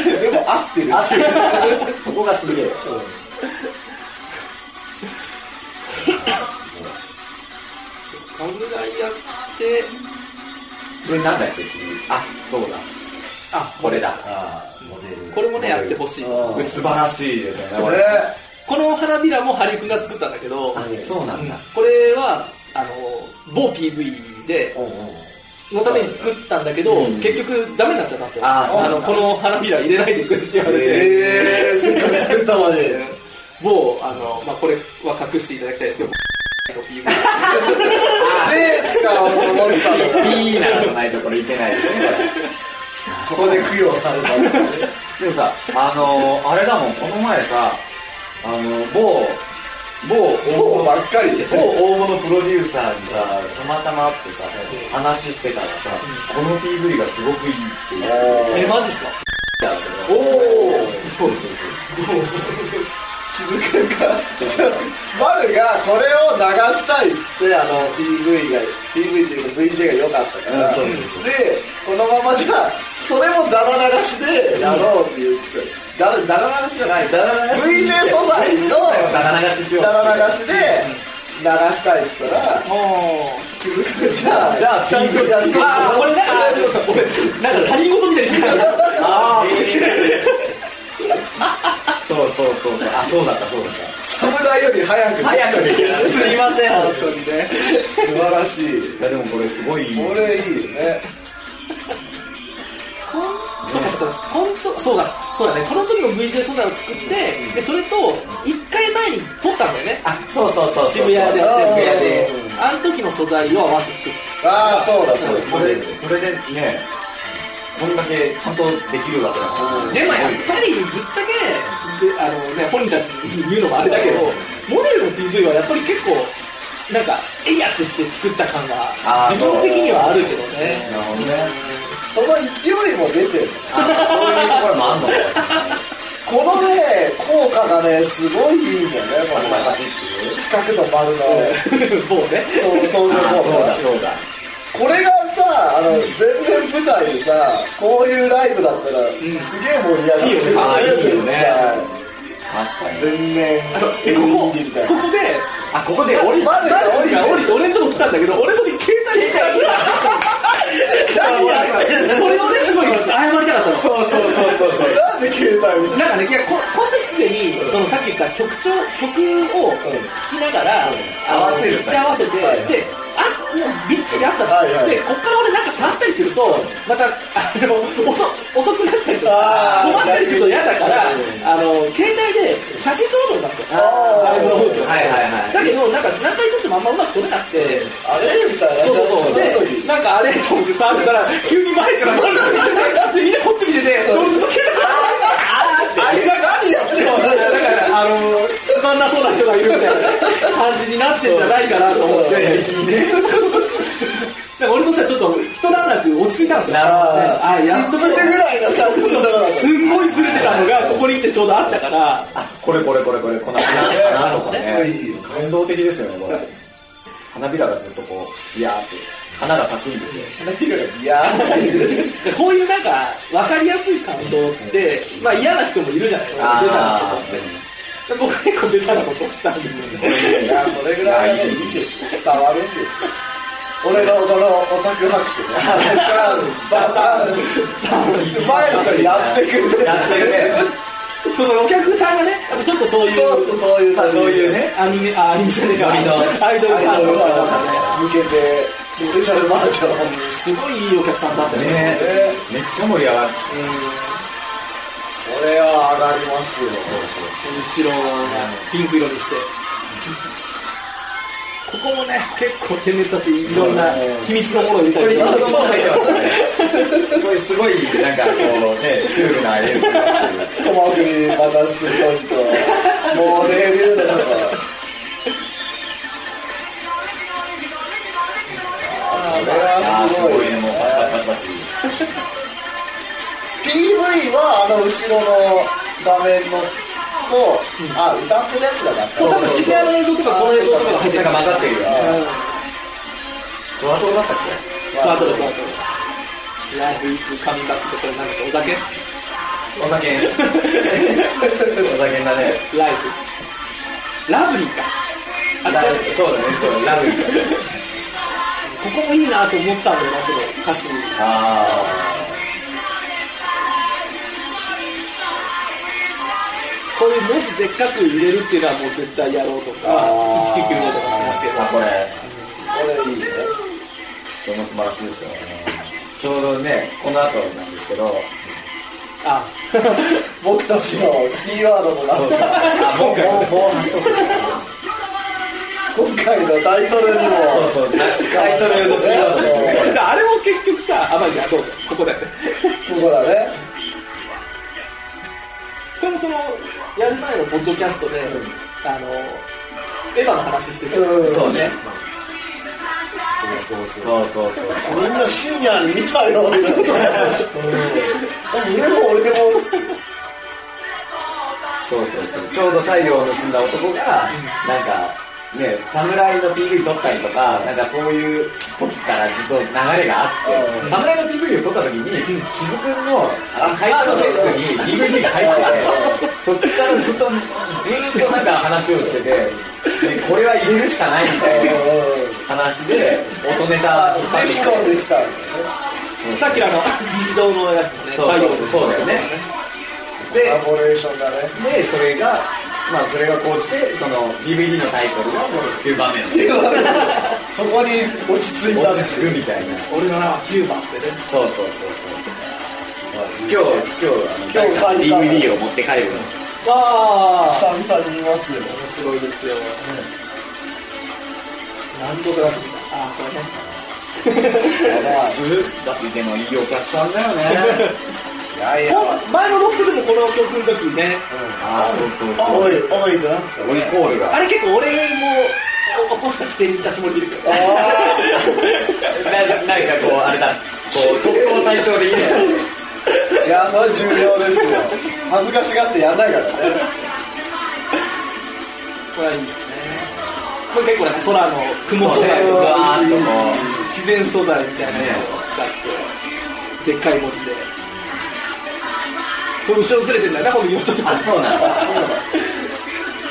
S1: っ
S2: でも合ってる
S1: て。そこがすげえ。
S3: 侍やって
S1: で、なんだっけ次。あ、そうだ。
S3: あ
S1: これだ。
S2: あモデル
S3: これもねやってほしい
S2: うん
S1: 素晴らしいですよね、こ
S2: こ
S1: れ
S2: れ。
S3: この花びらもハリ君が作ったんだけど、
S1: そうなんだ。
S3: これはあの某 PV で
S2: うんうん
S3: のために作ったんだけど、
S1: うん
S3: 結局ダメになっちゃったんですよ
S1: あーそうなんだ
S3: のこの花びら入れないでくれって言われて、
S2: ええせっかく作ったのに
S3: 某あの、まあ、これは隠していただきたい ですけどの PV
S2: で使おうと思ったの
S1: ピ
S2: が
S1: ーならないところいけないですね、
S2: ここで供養されたんだね
S1: これ。でもさ、あのー、あれだもん、この前さ、あのー、某、某、
S2: もうばっかりで
S1: 某大物プロデューサーにさたまたま会ってさ話してたらさ、この PV がすごくいいって言って
S3: えマジっすか
S1: おおそうです
S2: 気づくんか丸がこれを流したいっつってあの PV が PV っていうか VJ が良かったから、
S1: うんそう
S2: で
S1: です
S2: このままじゃそれもダダ流しでやろうって言って、ダダダ流しじゃない
S1: ダダ流し
S2: VJ 素材の
S1: ダダ流ししよう
S2: ダダ流しで流したいっつったら気づくんじゃあ
S1: じゃあ
S2: ちゃんとやる
S3: ああ、これなんか、俺、なんか他人事みたいに聞いた。
S1: ああそうそうそうそうあそうだったそうだっ
S2: 侍より早く
S1: た早くできたすいません
S2: 本当にね素晴らしい
S1: いやでもこれすごいいい
S2: これいいよね
S3: ほんそうかそうか本当そうだそうだねこの時の VJ 素材を作ってでそれと一回前に撮ったんだよね
S1: あそうそうそうそう
S3: 渋谷でやってる
S1: 渋谷で
S3: あの時の素材を合わせて
S2: ああそうだ
S1: そ
S2: そううだ
S1: それそれでねこんだけちゃんとできるわけだから
S3: でもやっ
S1: す
S3: ぱりぶっちゃけであの、ね、本人たちに言うのもあれだけどモデルの PV はやっぱり結構なんかえいやってして作った感が
S1: あー
S3: 自分的にはあるけど
S1: ご
S3: ね
S1: いなるほどね
S2: その勢いも出てる
S1: あそういうところもあんのかもしれない
S2: このね効果がねすごいいいんだよねこ
S1: パチパチパチ
S2: の
S1: っていう
S2: 四角と丸の
S3: もうね
S2: そうそう
S1: あ
S2: そ
S1: そ
S2: う
S1: うだそうだ
S2: これがさあの全然舞台でさこういうライブだったらすげえ盛り上がる
S3: いいよね
S1: あーいいよね
S2: はい
S1: 確かに
S2: 全面
S3: あとえここここ
S2: 演技みたいな
S3: で
S1: あここで降り
S2: ま
S3: 誰
S2: だ
S3: か
S2: 降り
S3: 降りて俺んとこ来たんだけど俺の時携帯に携帯
S2: 何やってんの
S3: それをねすごい謝りたかったの
S1: そうそうそうそうそう
S2: なんで携帯見せ
S3: なんかねいやここの時すでにそのさっき言った曲調曲を
S2: ん
S3: 聴きながら、あの
S1: 合わせる
S3: ピッチ合わせて、
S2: はい
S3: であもうビッチがあった
S2: はいはい
S3: でこっから俺なんか触ったりするとまたあの遅遅くなったりとか
S2: あー
S3: 止まったりすると嫌だから
S2: はい
S3: あの携帯で写真撮ろうと思っ
S2: あ
S3: たんですよ
S2: ー
S3: ライブ
S1: はいはいはい
S3: の風景をだけどなんか何回撮ってもあんまうまく撮れなくて、
S2: あれみたいな
S3: そうそうそうでなんかあれと思って触ったら急に前から丸が出てきてでみんなこっち見ててどうぞけ
S2: あれが何やってんの
S3: だからあのつまんなそうな人がいるみたいな感じになってんじゃないかなと思ってだから俺としてはちょっと一段落落ち着いたんですよ
S2: あ
S3: あや
S2: 1
S3: っと
S2: 分目ぐらいのさずっとだから
S3: すんごいずれてたのがここに来てちょうどあったから
S1: これこれこれこれこの花花とかね
S2: いいよ
S1: 感動的ですよねこれ花びらがずっとこういやーって花が咲くんですよ
S2: いや
S3: でこういうなんか分かりやすい感動って、まあ、嫌な人もいるじゃないですかベタなことってで僕結構ベタなことしたんですよね
S2: いやそれぐらいがねいいです伝わるんです俺のこのオタク拍手ねバタンバタン前の人やってくる
S1: やってるね
S3: そうそうお客さんがねやっぱちょっとそういう
S2: そうそうそういう
S1: そういうね
S3: アニメあアニメじゃねえかアイド
S2: ア
S3: ル
S2: イ
S3: 感
S2: ドル
S3: 動
S2: は向けてスペシャルバージョン
S3: すごいいいお客さんだったよね
S1: ねめっちゃ盛り上がる
S2: これは上がりますよ
S3: 後ろをピンク色にしてここもね結構点滅だしいろんな秘密のものを入れたりとか
S2: そうそ
S1: こ
S2: う
S1: れすごいなんかこうねシュールな絵ですね
S2: 小まくりまたスポイントもうレビューだから
S1: いやーすごいねもうパチパチパチパ
S2: これはすごい
S1: チ
S2: PV はあの後ろの画面のと、あ歌ってるやつだな
S3: そう多分渋谷の映像とかこの映像とかが入って
S1: な
S3: る
S1: んか混ざってるよねドアトだったっ
S3: パートだパートライフイズカミングバックってこれなんだっけお酒
S1: けお酒お酒だね
S3: ライフラブリーかあ
S1: ラ
S3: こ
S1: ブそうだねそうラブリー
S3: こもいいなと思ったんだよなその歌詞
S1: あ
S3: こういう文字でっかく入れるっていうのはもう絶対やろうとか
S2: あー
S3: 199とかありますけど
S1: あこれ
S2: これいいね
S1: これも素晴らしいですよねちょうどねこの後なんですけど
S3: あ
S2: 僕たちのキーワードもな
S1: そう
S2: っ
S1: そう
S2: た
S1: あ今回ももう発そう
S2: 今回のタイトルにも
S1: そうタイトルのキーワードですよね
S3: あれも結局さあまあいいやどうぞここで
S2: ここだね
S3: でもそのやる前のポッドキャストで、あのエヴァの話してた、
S2: うん
S1: そうね
S2: そうそうそう
S1: そうそうそう
S2: みんな深夜に見たよって言って俺も俺でも
S1: そうそうそうちょうど太陽を盗んだ男が、なんか、ね、侍の PV 撮ったりとか、なんかそういう時からずっと流れがあって、侍の PV を撮った時に、木津君のあの会社のデスクに DVD が入ってて、そっからずっと、ずっとなんか話をしてて、でこれは入れるしかないみたいな話で、音ネタを引っ張ってきて
S2: 飯込んできたんだよね
S3: さっきのあの議事堂のやつもね
S1: そうそうそうそうだよね。で
S2: コラボレーションだね
S1: でそれがまあそれがこうしてその DVD のタイトルがもう9番目の
S2: そこに落ち着いた
S1: 落
S2: んで
S1: ち着
S2: す
S1: くみたいな
S3: 俺の名は9番ってね
S1: そうそうそうそう今日今日あの
S2: 今日
S1: DVD を持って帰るの
S3: わあ
S2: 久々にいますよ
S3: 面白いですよ、何度かだったああこれね
S2: や
S1: だってでもいいお客さんだよね
S2: ばいいやいや
S3: こん前のロックでもこの曲の時ね
S1: ああそうそうそう
S2: おいおいってなってた
S1: オイコールが
S3: あれ結構俺も起こしたくて言ったつもりでいるけどね
S1: なんかなんかこうあれだこう特攻対象でいいね
S2: いやそれは重要ですよ恥ずかしがってやんないからね
S3: これはいいよねこれ結構なんか空の雲のね
S1: そうそう
S3: ガーッとこ
S1: うん
S3: う自然素材みたいなやつを使ってでっかい文字でこれ後ろずれてんだよなこの ちょっと
S1: あそうなんだ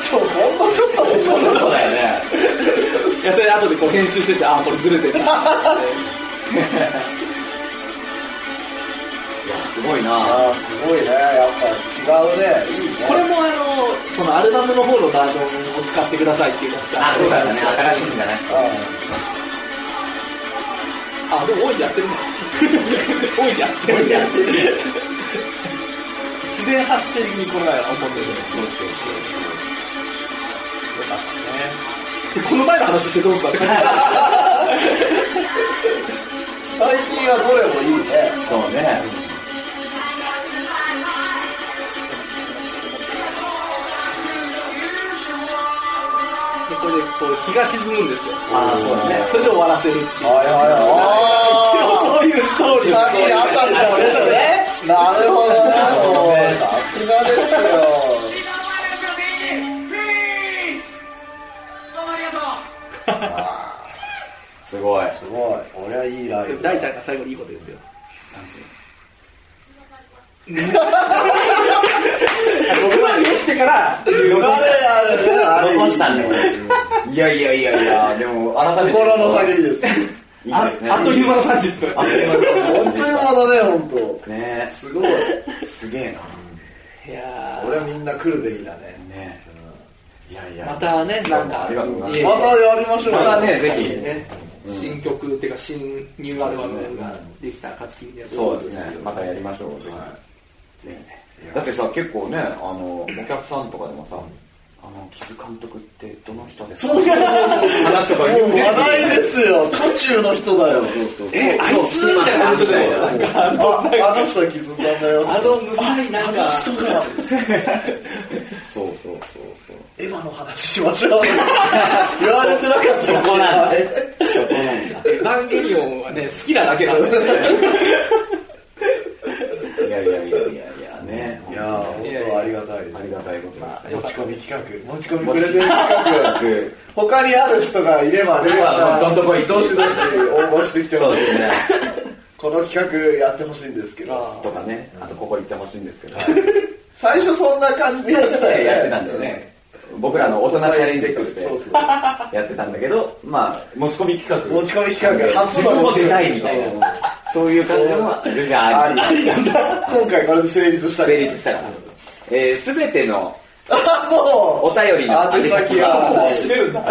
S2: そうほんとちょっとほん
S1: そう
S2: とちょっと
S1: だよね
S3: いやそれ後でこう編集しててああこれずれてる な
S1: いやすごいな
S2: ああすごいねやっぱ違うねいいね
S3: これもあのそのアルバムの方のバージョンを使ってくださいっていうやつが
S1: あそうだったね新しいんだね
S3: あでも多いでやってるね 多いでやってる
S1: 多いでやってる
S3: 自然発生的にこの前は思ってるよ
S1: そうそうそう
S3: かったねでこの前の話してどうすかって感じ
S2: 最近はどれもいいね
S1: そうね。
S3: で これでこう日が沈むんですよ
S1: ああ、そうだね。
S3: それで終わらせるっていう
S2: はいはいはいああ
S3: 一応そういうストーリー
S2: さっき朝にこれだねなるほどねもうさすがですよ
S1: すごい。
S2: すごい俺はいいライブ
S3: 大ちゃんが最後にいいこと言うんですよ 僕まで見してから
S2: あれあれあれ
S1: 残したんだよ、俺いやいやいやいや、でも、改めて。
S2: 心の叫びです
S1: いい
S3: あ
S1: ですね。
S3: あっという間の30分
S1: あっという間
S2: 本
S1: の
S2: 当にだね本
S1: ね
S2: 当すごい
S1: え、すげえな。
S3: いや
S2: 俺はみんな来るべきだね
S1: ねえ。いやい
S3: ー
S1: や。
S3: またねなんか
S1: ありがとうございます
S3: いえいえ
S2: またやりましょうよ
S1: またね、ぜひ。
S3: ね新曲っていうか新ニューアルバムができた暁には
S1: そうですね。またやりましょう。ぜひねえだってさ、結構ね、あの、お客さんとかでもさ、あの、菊監督ってどの人ですか
S2: そうそうそう
S1: 話とか
S2: もう
S1: ね
S2: 話題ですよ渦中の人だよ
S1: そうそうそう
S3: えあいつみたいな話だよなんか
S2: ああの人は気づいたんだよ
S3: あのむさいなんか
S2: が
S1: そうそうそうそう。
S2: エヴァの話しましょう言われてなかった
S1: そこなんだ
S2: よ
S1: そこなんだ。
S3: エヴァンゲリオンはね好きなだけなん で
S1: いやいやいやいやいやね。
S2: いやー本当ありがたいです
S1: ありがたいことだ。
S2: 持ち込み企画持ち込みくれてる企画
S1: 僕
S2: 他にある人がいればね
S1: まあどんどこい
S2: どしどし応募してきて
S1: そ
S2: ほ
S1: う
S2: しい
S1: ですね。
S2: この企画やってほしいんですけど
S1: とかね、あとここ行ってほしいんですけど、
S2: 最初そんな感じでやってたよね
S1: やってたんだよね。僕らの大人チャレンジとして
S2: そうそう
S1: やってたんだけど、まあ、持ち込み企画。
S2: 持ち込み企画初
S1: 自
S2: の
S1: 分も出たいみたいな。そういう感じも全然あり。
S2: 今回これで成立した
S1: 成立したから。えすべての
S2: あも
S1: お便りの
S2: う宛先は
S1: は
S2: はい
S3: めるんだ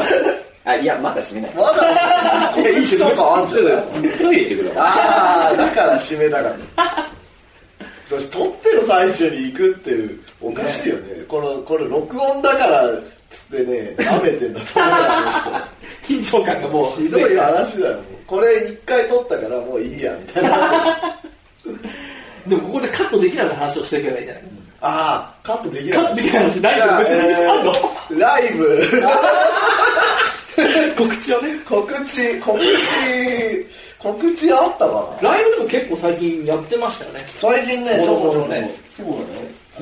S1: あ、いや、まだ閉めない。
S2: まだこれ一とかあん
S1: ちょっとトイレ行ってくるわ。
S2: ああだから締めたかった私撮ってる最中に行くっていうおかしいよねこのこれ録音だからっつってね舐めてんだと思うよ あ
S3: 緊張感がもう
S2: の人ひどい話だよもうこれ一回撮ったからもういいやみたいなあ
S3: でもここでカットできない話をしていけばいいんじゃない
S2: あーカットでき
S3: カ
S2: な
S3: ッ
S2: い
S3: トできない話ない
S2: じゃ
S3: の
S2: あ
S3: 別にあんの
S2: えーライブ
S3: 告知はね
S2: 告知、告知、告知あったかな
S3: ライブでも結構最近やってましたよね
S2: 最近ね、
S3: も
S2: ち
S3: ろ
S2: ょ
S3: も
S2: こちょ
S3: ろ
S2: こ
S3: ね。
S2: そう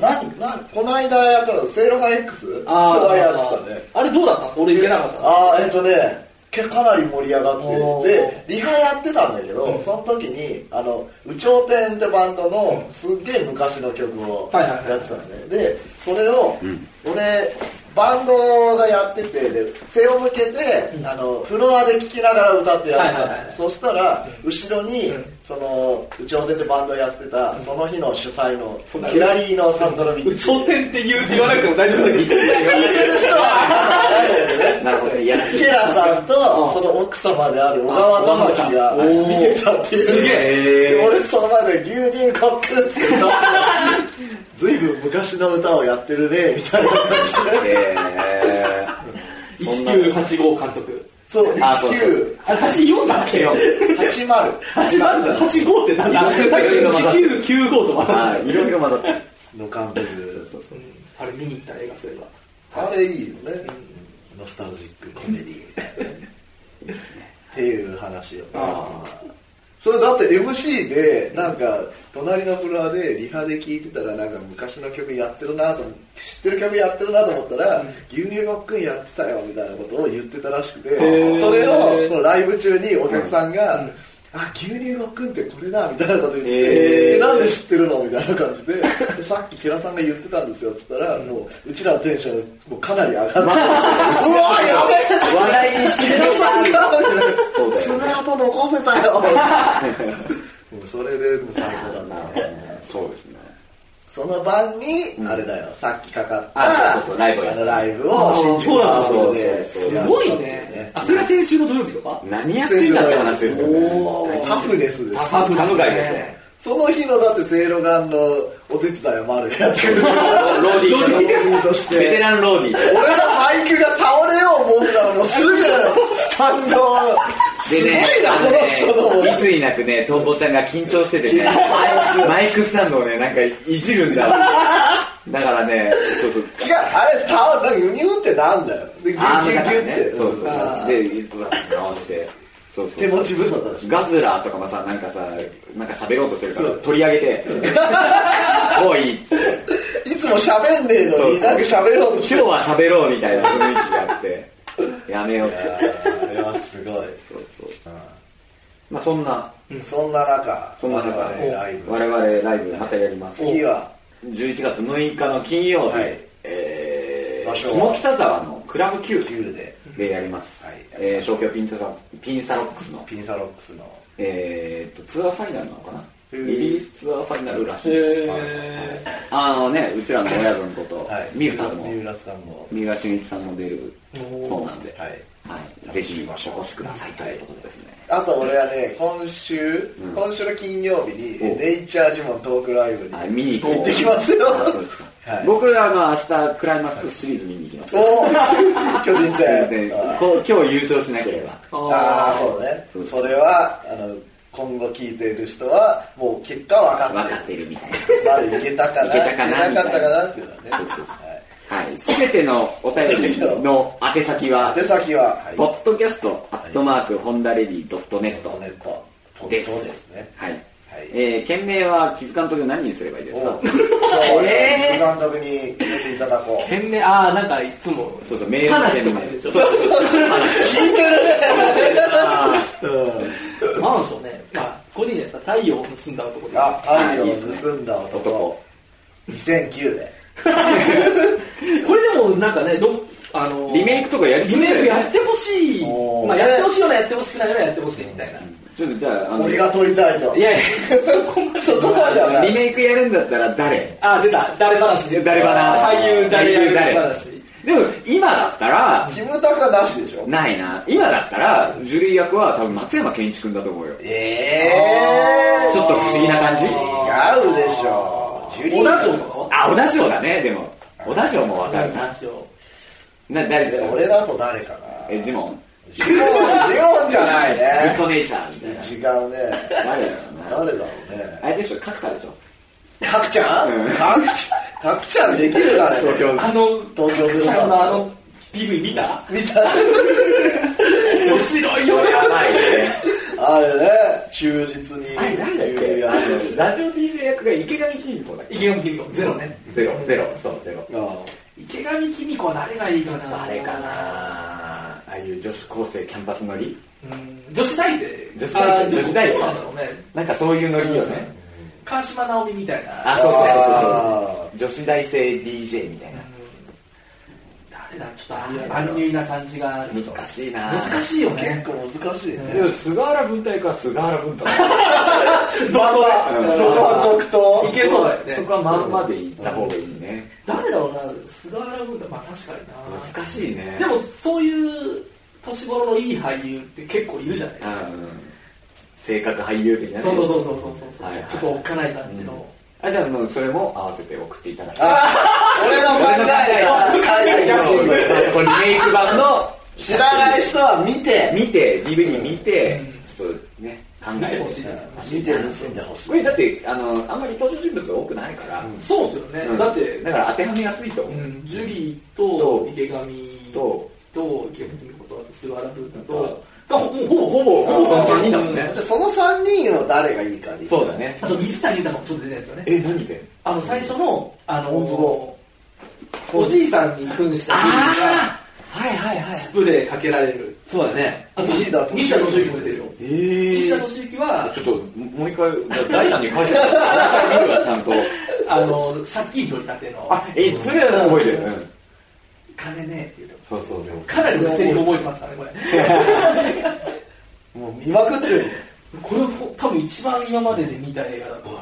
S2: だね。何、何、この間やったの、セイロガン X?
S3: あ
S2: あ、
S3: あ
S2: やってたね。
S3: あれどうだったんですか俺行けなかったんです
S2: あーえっとねけかなり盛り上がっ
S3: おー
S2: てでリハやってたんだけど、その時にあの有頂天ってバンドのすっげえ昔の曲を
S3: はいはいはい
S2: やってたんだよねでそれを、俺バンドがやっててで背を向けて、あのフロアで聴きながら歌ってやってたの、
S3: はいはいはい
S2: そしたら後ろに、
S3: うん
S2: その有頂天ってバンドやってたその日の主催の
S3: そんな
S2: キラリーのサンドラミッ
S3: 有頂天って言う言わなくても大丈夫だけど
S1: なるほどねいやらしい
S2: ケラさんとその奥様である小川智樹が見てたっていう
S3: すげ
S1: え
S2: で俺その前で牛乳コックつけた ずいぶん昔の歌をやってるねみたいな話で
S1: え ー、そんな
S3: 1985監督
S2: そう
S1: あそうそう
S3: あれ84だっけよ
S2: 1980ね
S3: 80だ85ってなんださっき1995とか
S1: はいいろいろ混ざって
S2: の感覚
S3: あれ見に行った映画すれば
S2: あれいいよねノスタルジックコメディっていう話よ
S3: あ
S2: それだって MC でなんか隣のフロアでリハで聴いてたらなんか昔の曲やってるなと思って知ってる曲やってるなと思ったら「牛乳ごっくんやってたよ」みたいなことを言ってたらしくて
S3: ー
S2: それをそのライブ中にお客さんが「あ牛乳ごっくんってこれだ」みたいなこと言ってて
S1: へー
S2: えなんで知ってるの?」みたいな感じででさっきケラさんが言ってたんですよっつったらもううちらのテンションもうかなり上がってうわやべえ
S1: 話題にして
S2: ケラさんがみたいな
S1: そうだよ
S2: 爪痕残せたよもうそれでもう最高だな
S1: そうですね
S2: その晩に、
S1: ん
S2: あれだよさっきかかった
S1: あそうそうそうライブをや
S2: あ
S1: った
S2: のライブ
S3: あ
S2: を新宿
S3: そうなんだ
S2: のです
S3: すごいねあそれが先週の土曜日とか
S1: 何やってんだって話ですよ
S3: お
S1: ね
S3: ー
S2: タフネスです
S3: あ
S1: タフガイですね
S2: その日のだってせいろがんのお手伝いは丸がやってくれる
S1: ローディ
S2: ロ
S1: ー
S2: ーとし
S1: ベテ
S2: て
S1: ランローディー
S2: 俺のマイクが倒れよう思ったらもうすぐスタンドを
S1: です
S2: ごい
S1: ね
S2: なこの人の
S1: いつになくねトンボちゃんが緊張しててねマイクスタンドをねなんかいじるんだだからねそうそう
S2: 違うあれ倒れなんかニューってなんだよでギュ
S1: ああ
S2: ッギ
S1: のだか
S2: ュッギ
S1: ら
S2: ュッっ
S1: ね
S2: て
S1: そうそう
S2: あ
S1: そう
S2: ー
S1: でブラッと直してそうそ
S2: 手
S1: う
S2: 持ち無沙汰だし
S1: ガズラーとかもさなんかさなんか喋ろうとしてるから取り上げ て「おい」
S2: いつも喋んねえのになんか喋ろうとして
S1: 今日は喋ろうみたいな雰囲気があってやめようって
S2: それはすごい
S1: そうそうまあそんな
S2: そんな中
S1: そんな中
S2: 我々ライブ
S1: 我々ライブまたやります
S2: 次は
S1: 11月6日の金曜日、
S2: はい
S1: えー
S2: 場所
S1: 下
S2: は
S1: 北沢のクラブ Q
S2: 9で
S1: でやります、
S2: はい
S1: えー東京ピンサロピンサロックスの、
S2: ピンサロックスの
S1: えー、とツアーファイナルなのかな
S2: へ
S1: リ
S2: ー
S1: リースツアーファイナルらしいです、
S3: へ
S1: あのねうちらの親分こと、
S2: はい
S1: ミウさんも
S2: 三浦さんも
S1: 三浦俊一さんも出るそうなんで、
S2: はい
S1: はい、ぜひお越しくださいということですね、
S2: あと俺はね今週
S1: ん
S2: 今週の金曜日に
S1: お
S2: ネイチャージモントークライブに
S1: はい、見に行こう
S2: 行ってきますよ
S1: あそうですか、
S2: はい
S1: 僕あの明日クライマックスシリーズ見に行きます、
S2: おお 巨人
S1: 全
S2: 戦
S1: 然こう今日優勝しなければ
S2: ああ
S3: あ
S2: そうね
S1: そう
S2: それはあの今後聞いている人はもう結果は分か
S1: 分
S2: って
S1: か
S2: る
S1: ってるみたいな
S2: まだいけたか な、
S1: いけたかな
S2: けなかったかなっていうのはね。
S1: そうそうはい、すべてのお便りの宛先は
S2: はい、宛先は、はい、
S1: ポッドキャストアットマークホンダレディドットネッ
S2: ポッド
S1: ト
S2: ネット。ポッド
S1: です。
S2: ですね。
S1: はい。
S2: はい
S1: えー、件名は気づかんとき何にすればいいです
S2: お
S1: か
S2: う、今日はね
S3: えー
S2: 監督に決めていただこう。
S3: 変ねああなんかいつも
S1: そうそう、メール
S3: タ
S1: の
S3: ナキと
S1: 件
S3: かで
S1: 名。
S3: し
S1: そ
S3: ょ
S1: うそう
S2: 聞いてるね。
S3: なんでしょうねまあここにね太陽を盗んだ男で
S2: あ、
S1: あ
S2: 太
S1: いい
S2: 陽
S1: っすね
S2: を盗んだ男
S1: 男。。
S2: 2009で。
S3: これでもなんかねどあのー
S1: リメイクとかやり
S3: リ
S1: そうだよ
S3: メイク
S1: ね
S3: やってほしい
S2: おー
S3: まあやってほしいようなやってほしくないようなやってほしいみたいな
S1: ちょっとじゃあ、あの、
S2: 俺が撮りたいと。
S3: い やいや
S2: そこまではな
S1: リ
S2: い。
S1: メイクやるんだったら誰
S3: あー出た誰話
S1: 誰話
S3: 俳優誰
S1: 俳優
S3: 誰
S1: 誰
S3: 話
S1: でも、今だったら、
S2: キムタクはなしでしょ。
S1: ないな。今だったら、ジュリー役は多分松山ケンイチ君だと思うよ。
S2: ええ
S1: ちょっと不思議な感じ
S2: 違うでしょ。ジュリー。
S3: 小田城とかは
S1: あ、小田城だね、でも。小田城もわかるな。な、誰です
S2: で
S1: か
S2: 俺だと誰かな。
S1: え、ジモン
S2: ジモン、ジモンじゃない
S1: イン
S2: ね。
S1: トネーションみたいな。
S2: 違うね。
S1: 誰だろうな
S2: 誰だろうね。
S1: あれでしょ角田でしょ
S2: たくちゃん
S1: うん
S2: たくちゃんたくちゃんできるかね
S1: 東京
S3: あの
S2: 東京
S3: ち
S2: ゼ
S3: ゃ
S2: ロ
S3: んのあの PV 見た
S2: 見たあれね忠実に
S1: あれなんだっ
S2: 言う
S1: け
S2: や
S1: あ
S2: つ
S1: のラジオ DJ 役が池上金子だっけ
S3: 池上君子ゼロね
S1: ゼロゼロそうゼロ
S2: あ
S3: 池上君子は誰がいいかな
S1: 誰かなああいう女子高生キャンパス乗り
S3: うん女子大生
S1: 女子大生
S3: あーでも
S1: 女子大生
S3: どうなんだろうね
S1: なんかそういうノリよね、
S3: 川島直美みたいな
S1: あそうそうそう
S2: あ
S1: そう女子大生 DJ みたいな
S3: 誰だちょっと安入な感じがある
S1: 難しいな
S3: 難しいよね
S2: ー結構難しいね
S1: いや菅原文体か菅原文太
S3: そう
S1: うん
S2: そこは続投
S3: いけそうだよね
S1: そこはまんまでいった方がいいね、
S3: 誰だろうな菅原文太まあ確かに
S1: 難しいね
S3: なでもそういう年頃のいい俳優って結構いるじゃないで
S1: う
S3: すか
S1: ん性格俳優的なね
S3: そうそうそうそうそうそう、
S1: はいはい
S3: ちょっとおっかない感じの、
S1: あじゃあもうそれも合わせて送っていただきたい
S2: あ俺の考えが
S1: 海外キャスティングこれリメイク版の
S2: 知らない人は見て
S1: 見て DVD 見て、
S3: うん
S1: ちょっとね考
S3: 見て
S1: え
S3: ほしいですよね
S2: 見て盗んでほしい
S1: これだってあのあんまり登場人物多くないから、
S3: そうですよね、
S1: うん
S3: だって、
S1: だから当てはめやすいと
S3: う
S1: 思う、
S3: ん、ジュリーと池上と
S1: と
S3: 池上ことあと菅原風太とがほもうほぼほぼ
S1: ほぼその三人だも
S3: も
S1: ん
S3: ん
S1: ね
S3: ね
S2: じゃあその3人を誰がいいかに
S1: そうだね
S3: あと水谷豊もちょっと出てないですよね
S1: え何で
S3: あの最初のあの
S2: 本
S3: おじいさんに扮したジュリーが
S1: はいはいは
S3: スプレーかけられる
S1: そうだね
S3: あと
S2: 西田敏行
S3: 西田敏行も出てるよ
S1: え
S3: 西田
S1: ー、
S3: 敏行は
S1: ちょっともう一回じゃあ大ちゃんに返してもらって見るわちゃんと
S3: あの借金取り立ての
S1: あえそれは覚えてる、うん、
S3: 金ねっていうとこ
S1: そうそうそう
S3: かなりのセリフ覚えてますからねこれ
S2: もう見まくってる
S3: これほ多分一番今までで見た映画だと思う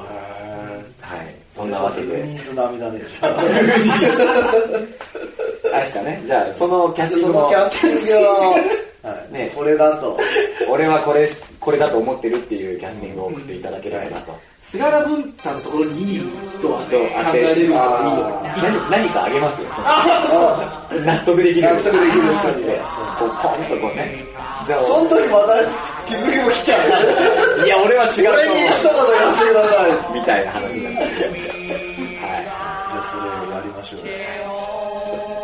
S1: はいそんなわけで
S2: ニーズ並みだね
S1: あれですかねじゃあそのキャス
S2: そ
S1: ティング
S2: の
S1: も
S2: キャスティングをはい
S1: ね
S2: これだと
S1: 俺はこれこれだと思ってるっていうキャスティングを送っていただければなと、
S3: 菅原文太のところにいい人は、ね、
S1: 人を当
S3: 考
S1: て
S3: えれる人がいいよね
S1: 何何かあげますよその納得できる
S2: 納得できる人に
S1: こうポンとこうね膝
S2: そ
S1: を
S2: の時また気づきも来ちゃう
S1: いや俺は違うと思う
S2: 俺に一言言わせてください
S1: みたいな話になっては
S2: じゃあそれをやりましょう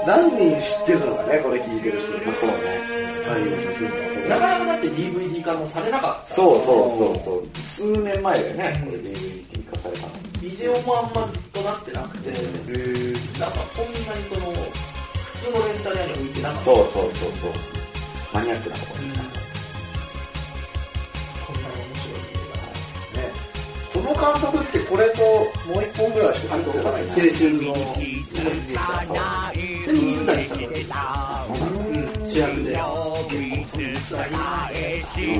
S2: 何人知ってるのかねこれ聞いてる人
S1: いそうね
S2: 俳優にするの
S3: なかなかだって DVD 化もされなかった
S1: そうそうそうそう数年前だよねこれ DVD 化されたの
S3: ビデオもあんまずっとなってなくて、なんかそんなにその普通のレンタル屋には向いてなかった、
S1: そううそうそうそうマニアックなとこ
S3: ん、こんなに面白い映画
S2: ねこの監督ってこれともう一本ぐらいしか撮ってない
S3: 青春の水でしたそれに水谷さんが出てたうん主役で結
S4: 어,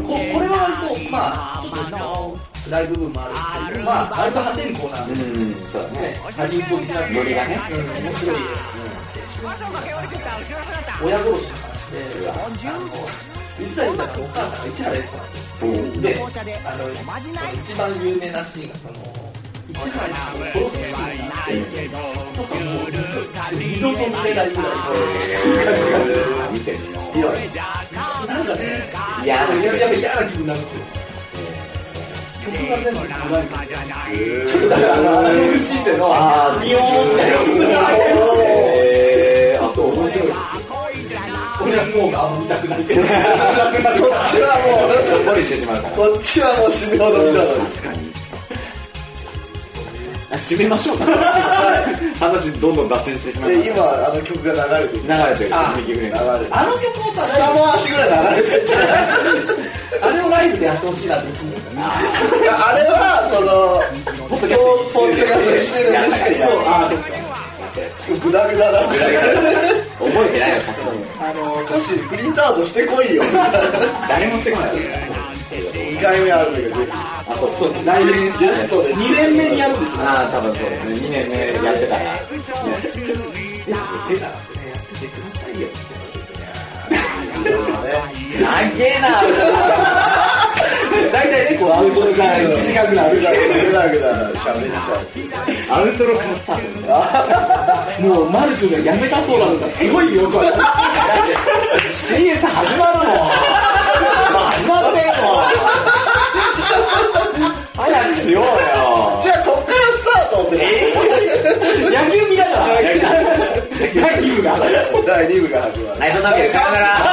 S3: 構ここれは割とまあちょっと暗い部分もあるけどまあ割と破天荒な、ね、
S1: うんそうだね
S3: ハリウッド的な
S1: ノリがね
S3: うん、面白い、親殺しの話であの水谷さんのお母さんが市原悦さんなんですよで、あの、一番有名なシーンが、その、一番最初の殺すシーンがあって、そこがもう二度、二度と見れないぐらい、きつい感じがする。
S1: 見てみよう
S2: いや
S3: なんかね、
S1: いや
S3: めちゃめちゃ嫌な気分になるんですよ。曲が全部長いから、ちょっとだから、あの、FC での、
S1: あー
S3: 身をもって、
S1: えー、あと面白い
S3: 俺はもうがあんま見たくないけど、
S2: そっちは
S1: ほっこりしてしまうか
S2: もうこっちはもう死ぬほど見たのに
S1: 確かに締めましょう話どんどん脱線してしまいま
S2: で
S1: し
S2: 今あの曲が流れてる流れ
S1: た流れてる
S3: あ
S1: 右上に
S2: てる
S3: あの曲をさ、
S2: 二回足ぐらい流れてる
S3: あれをライブでやってほしいなっていつも思う。
S2: いやあれはそのポッドキャストしてるんでしかいない
S3: そう、あー、そっか。
S2: グダグダだって
S1: 覚えてないよ確かに
S3: あの、
S2: 少しプリントアウトしてこいよ
S1: 誰もしてこない
S2: 2回目あるんだけど
S1: あそうそうです
S3: 来年、
S2: ゲストで
S3: 2年目にやるんでしょ。
S1: ああ多分そうですね2年目やってたらね
S3: 出たらってね、やっててくださいよ。
S1: 長えな
S3: 大体ね、こう、アウトドア1時間ぐらいある
S2: グ
S3: か
S2: ダグダグダ喋っちゃうっていう
S1: アウトロからスタート
S3: ら、もう、マルクが辞めたそうなのが、すごいよくわかる。
S1: CS 始まるもん始まってんもん早くしようよ
S2: じゃあこっからスタートって
S3: 野球見ながら、野球部が。
S2: 第2部が始まる
S1: はい、そんなわけで、さようなら。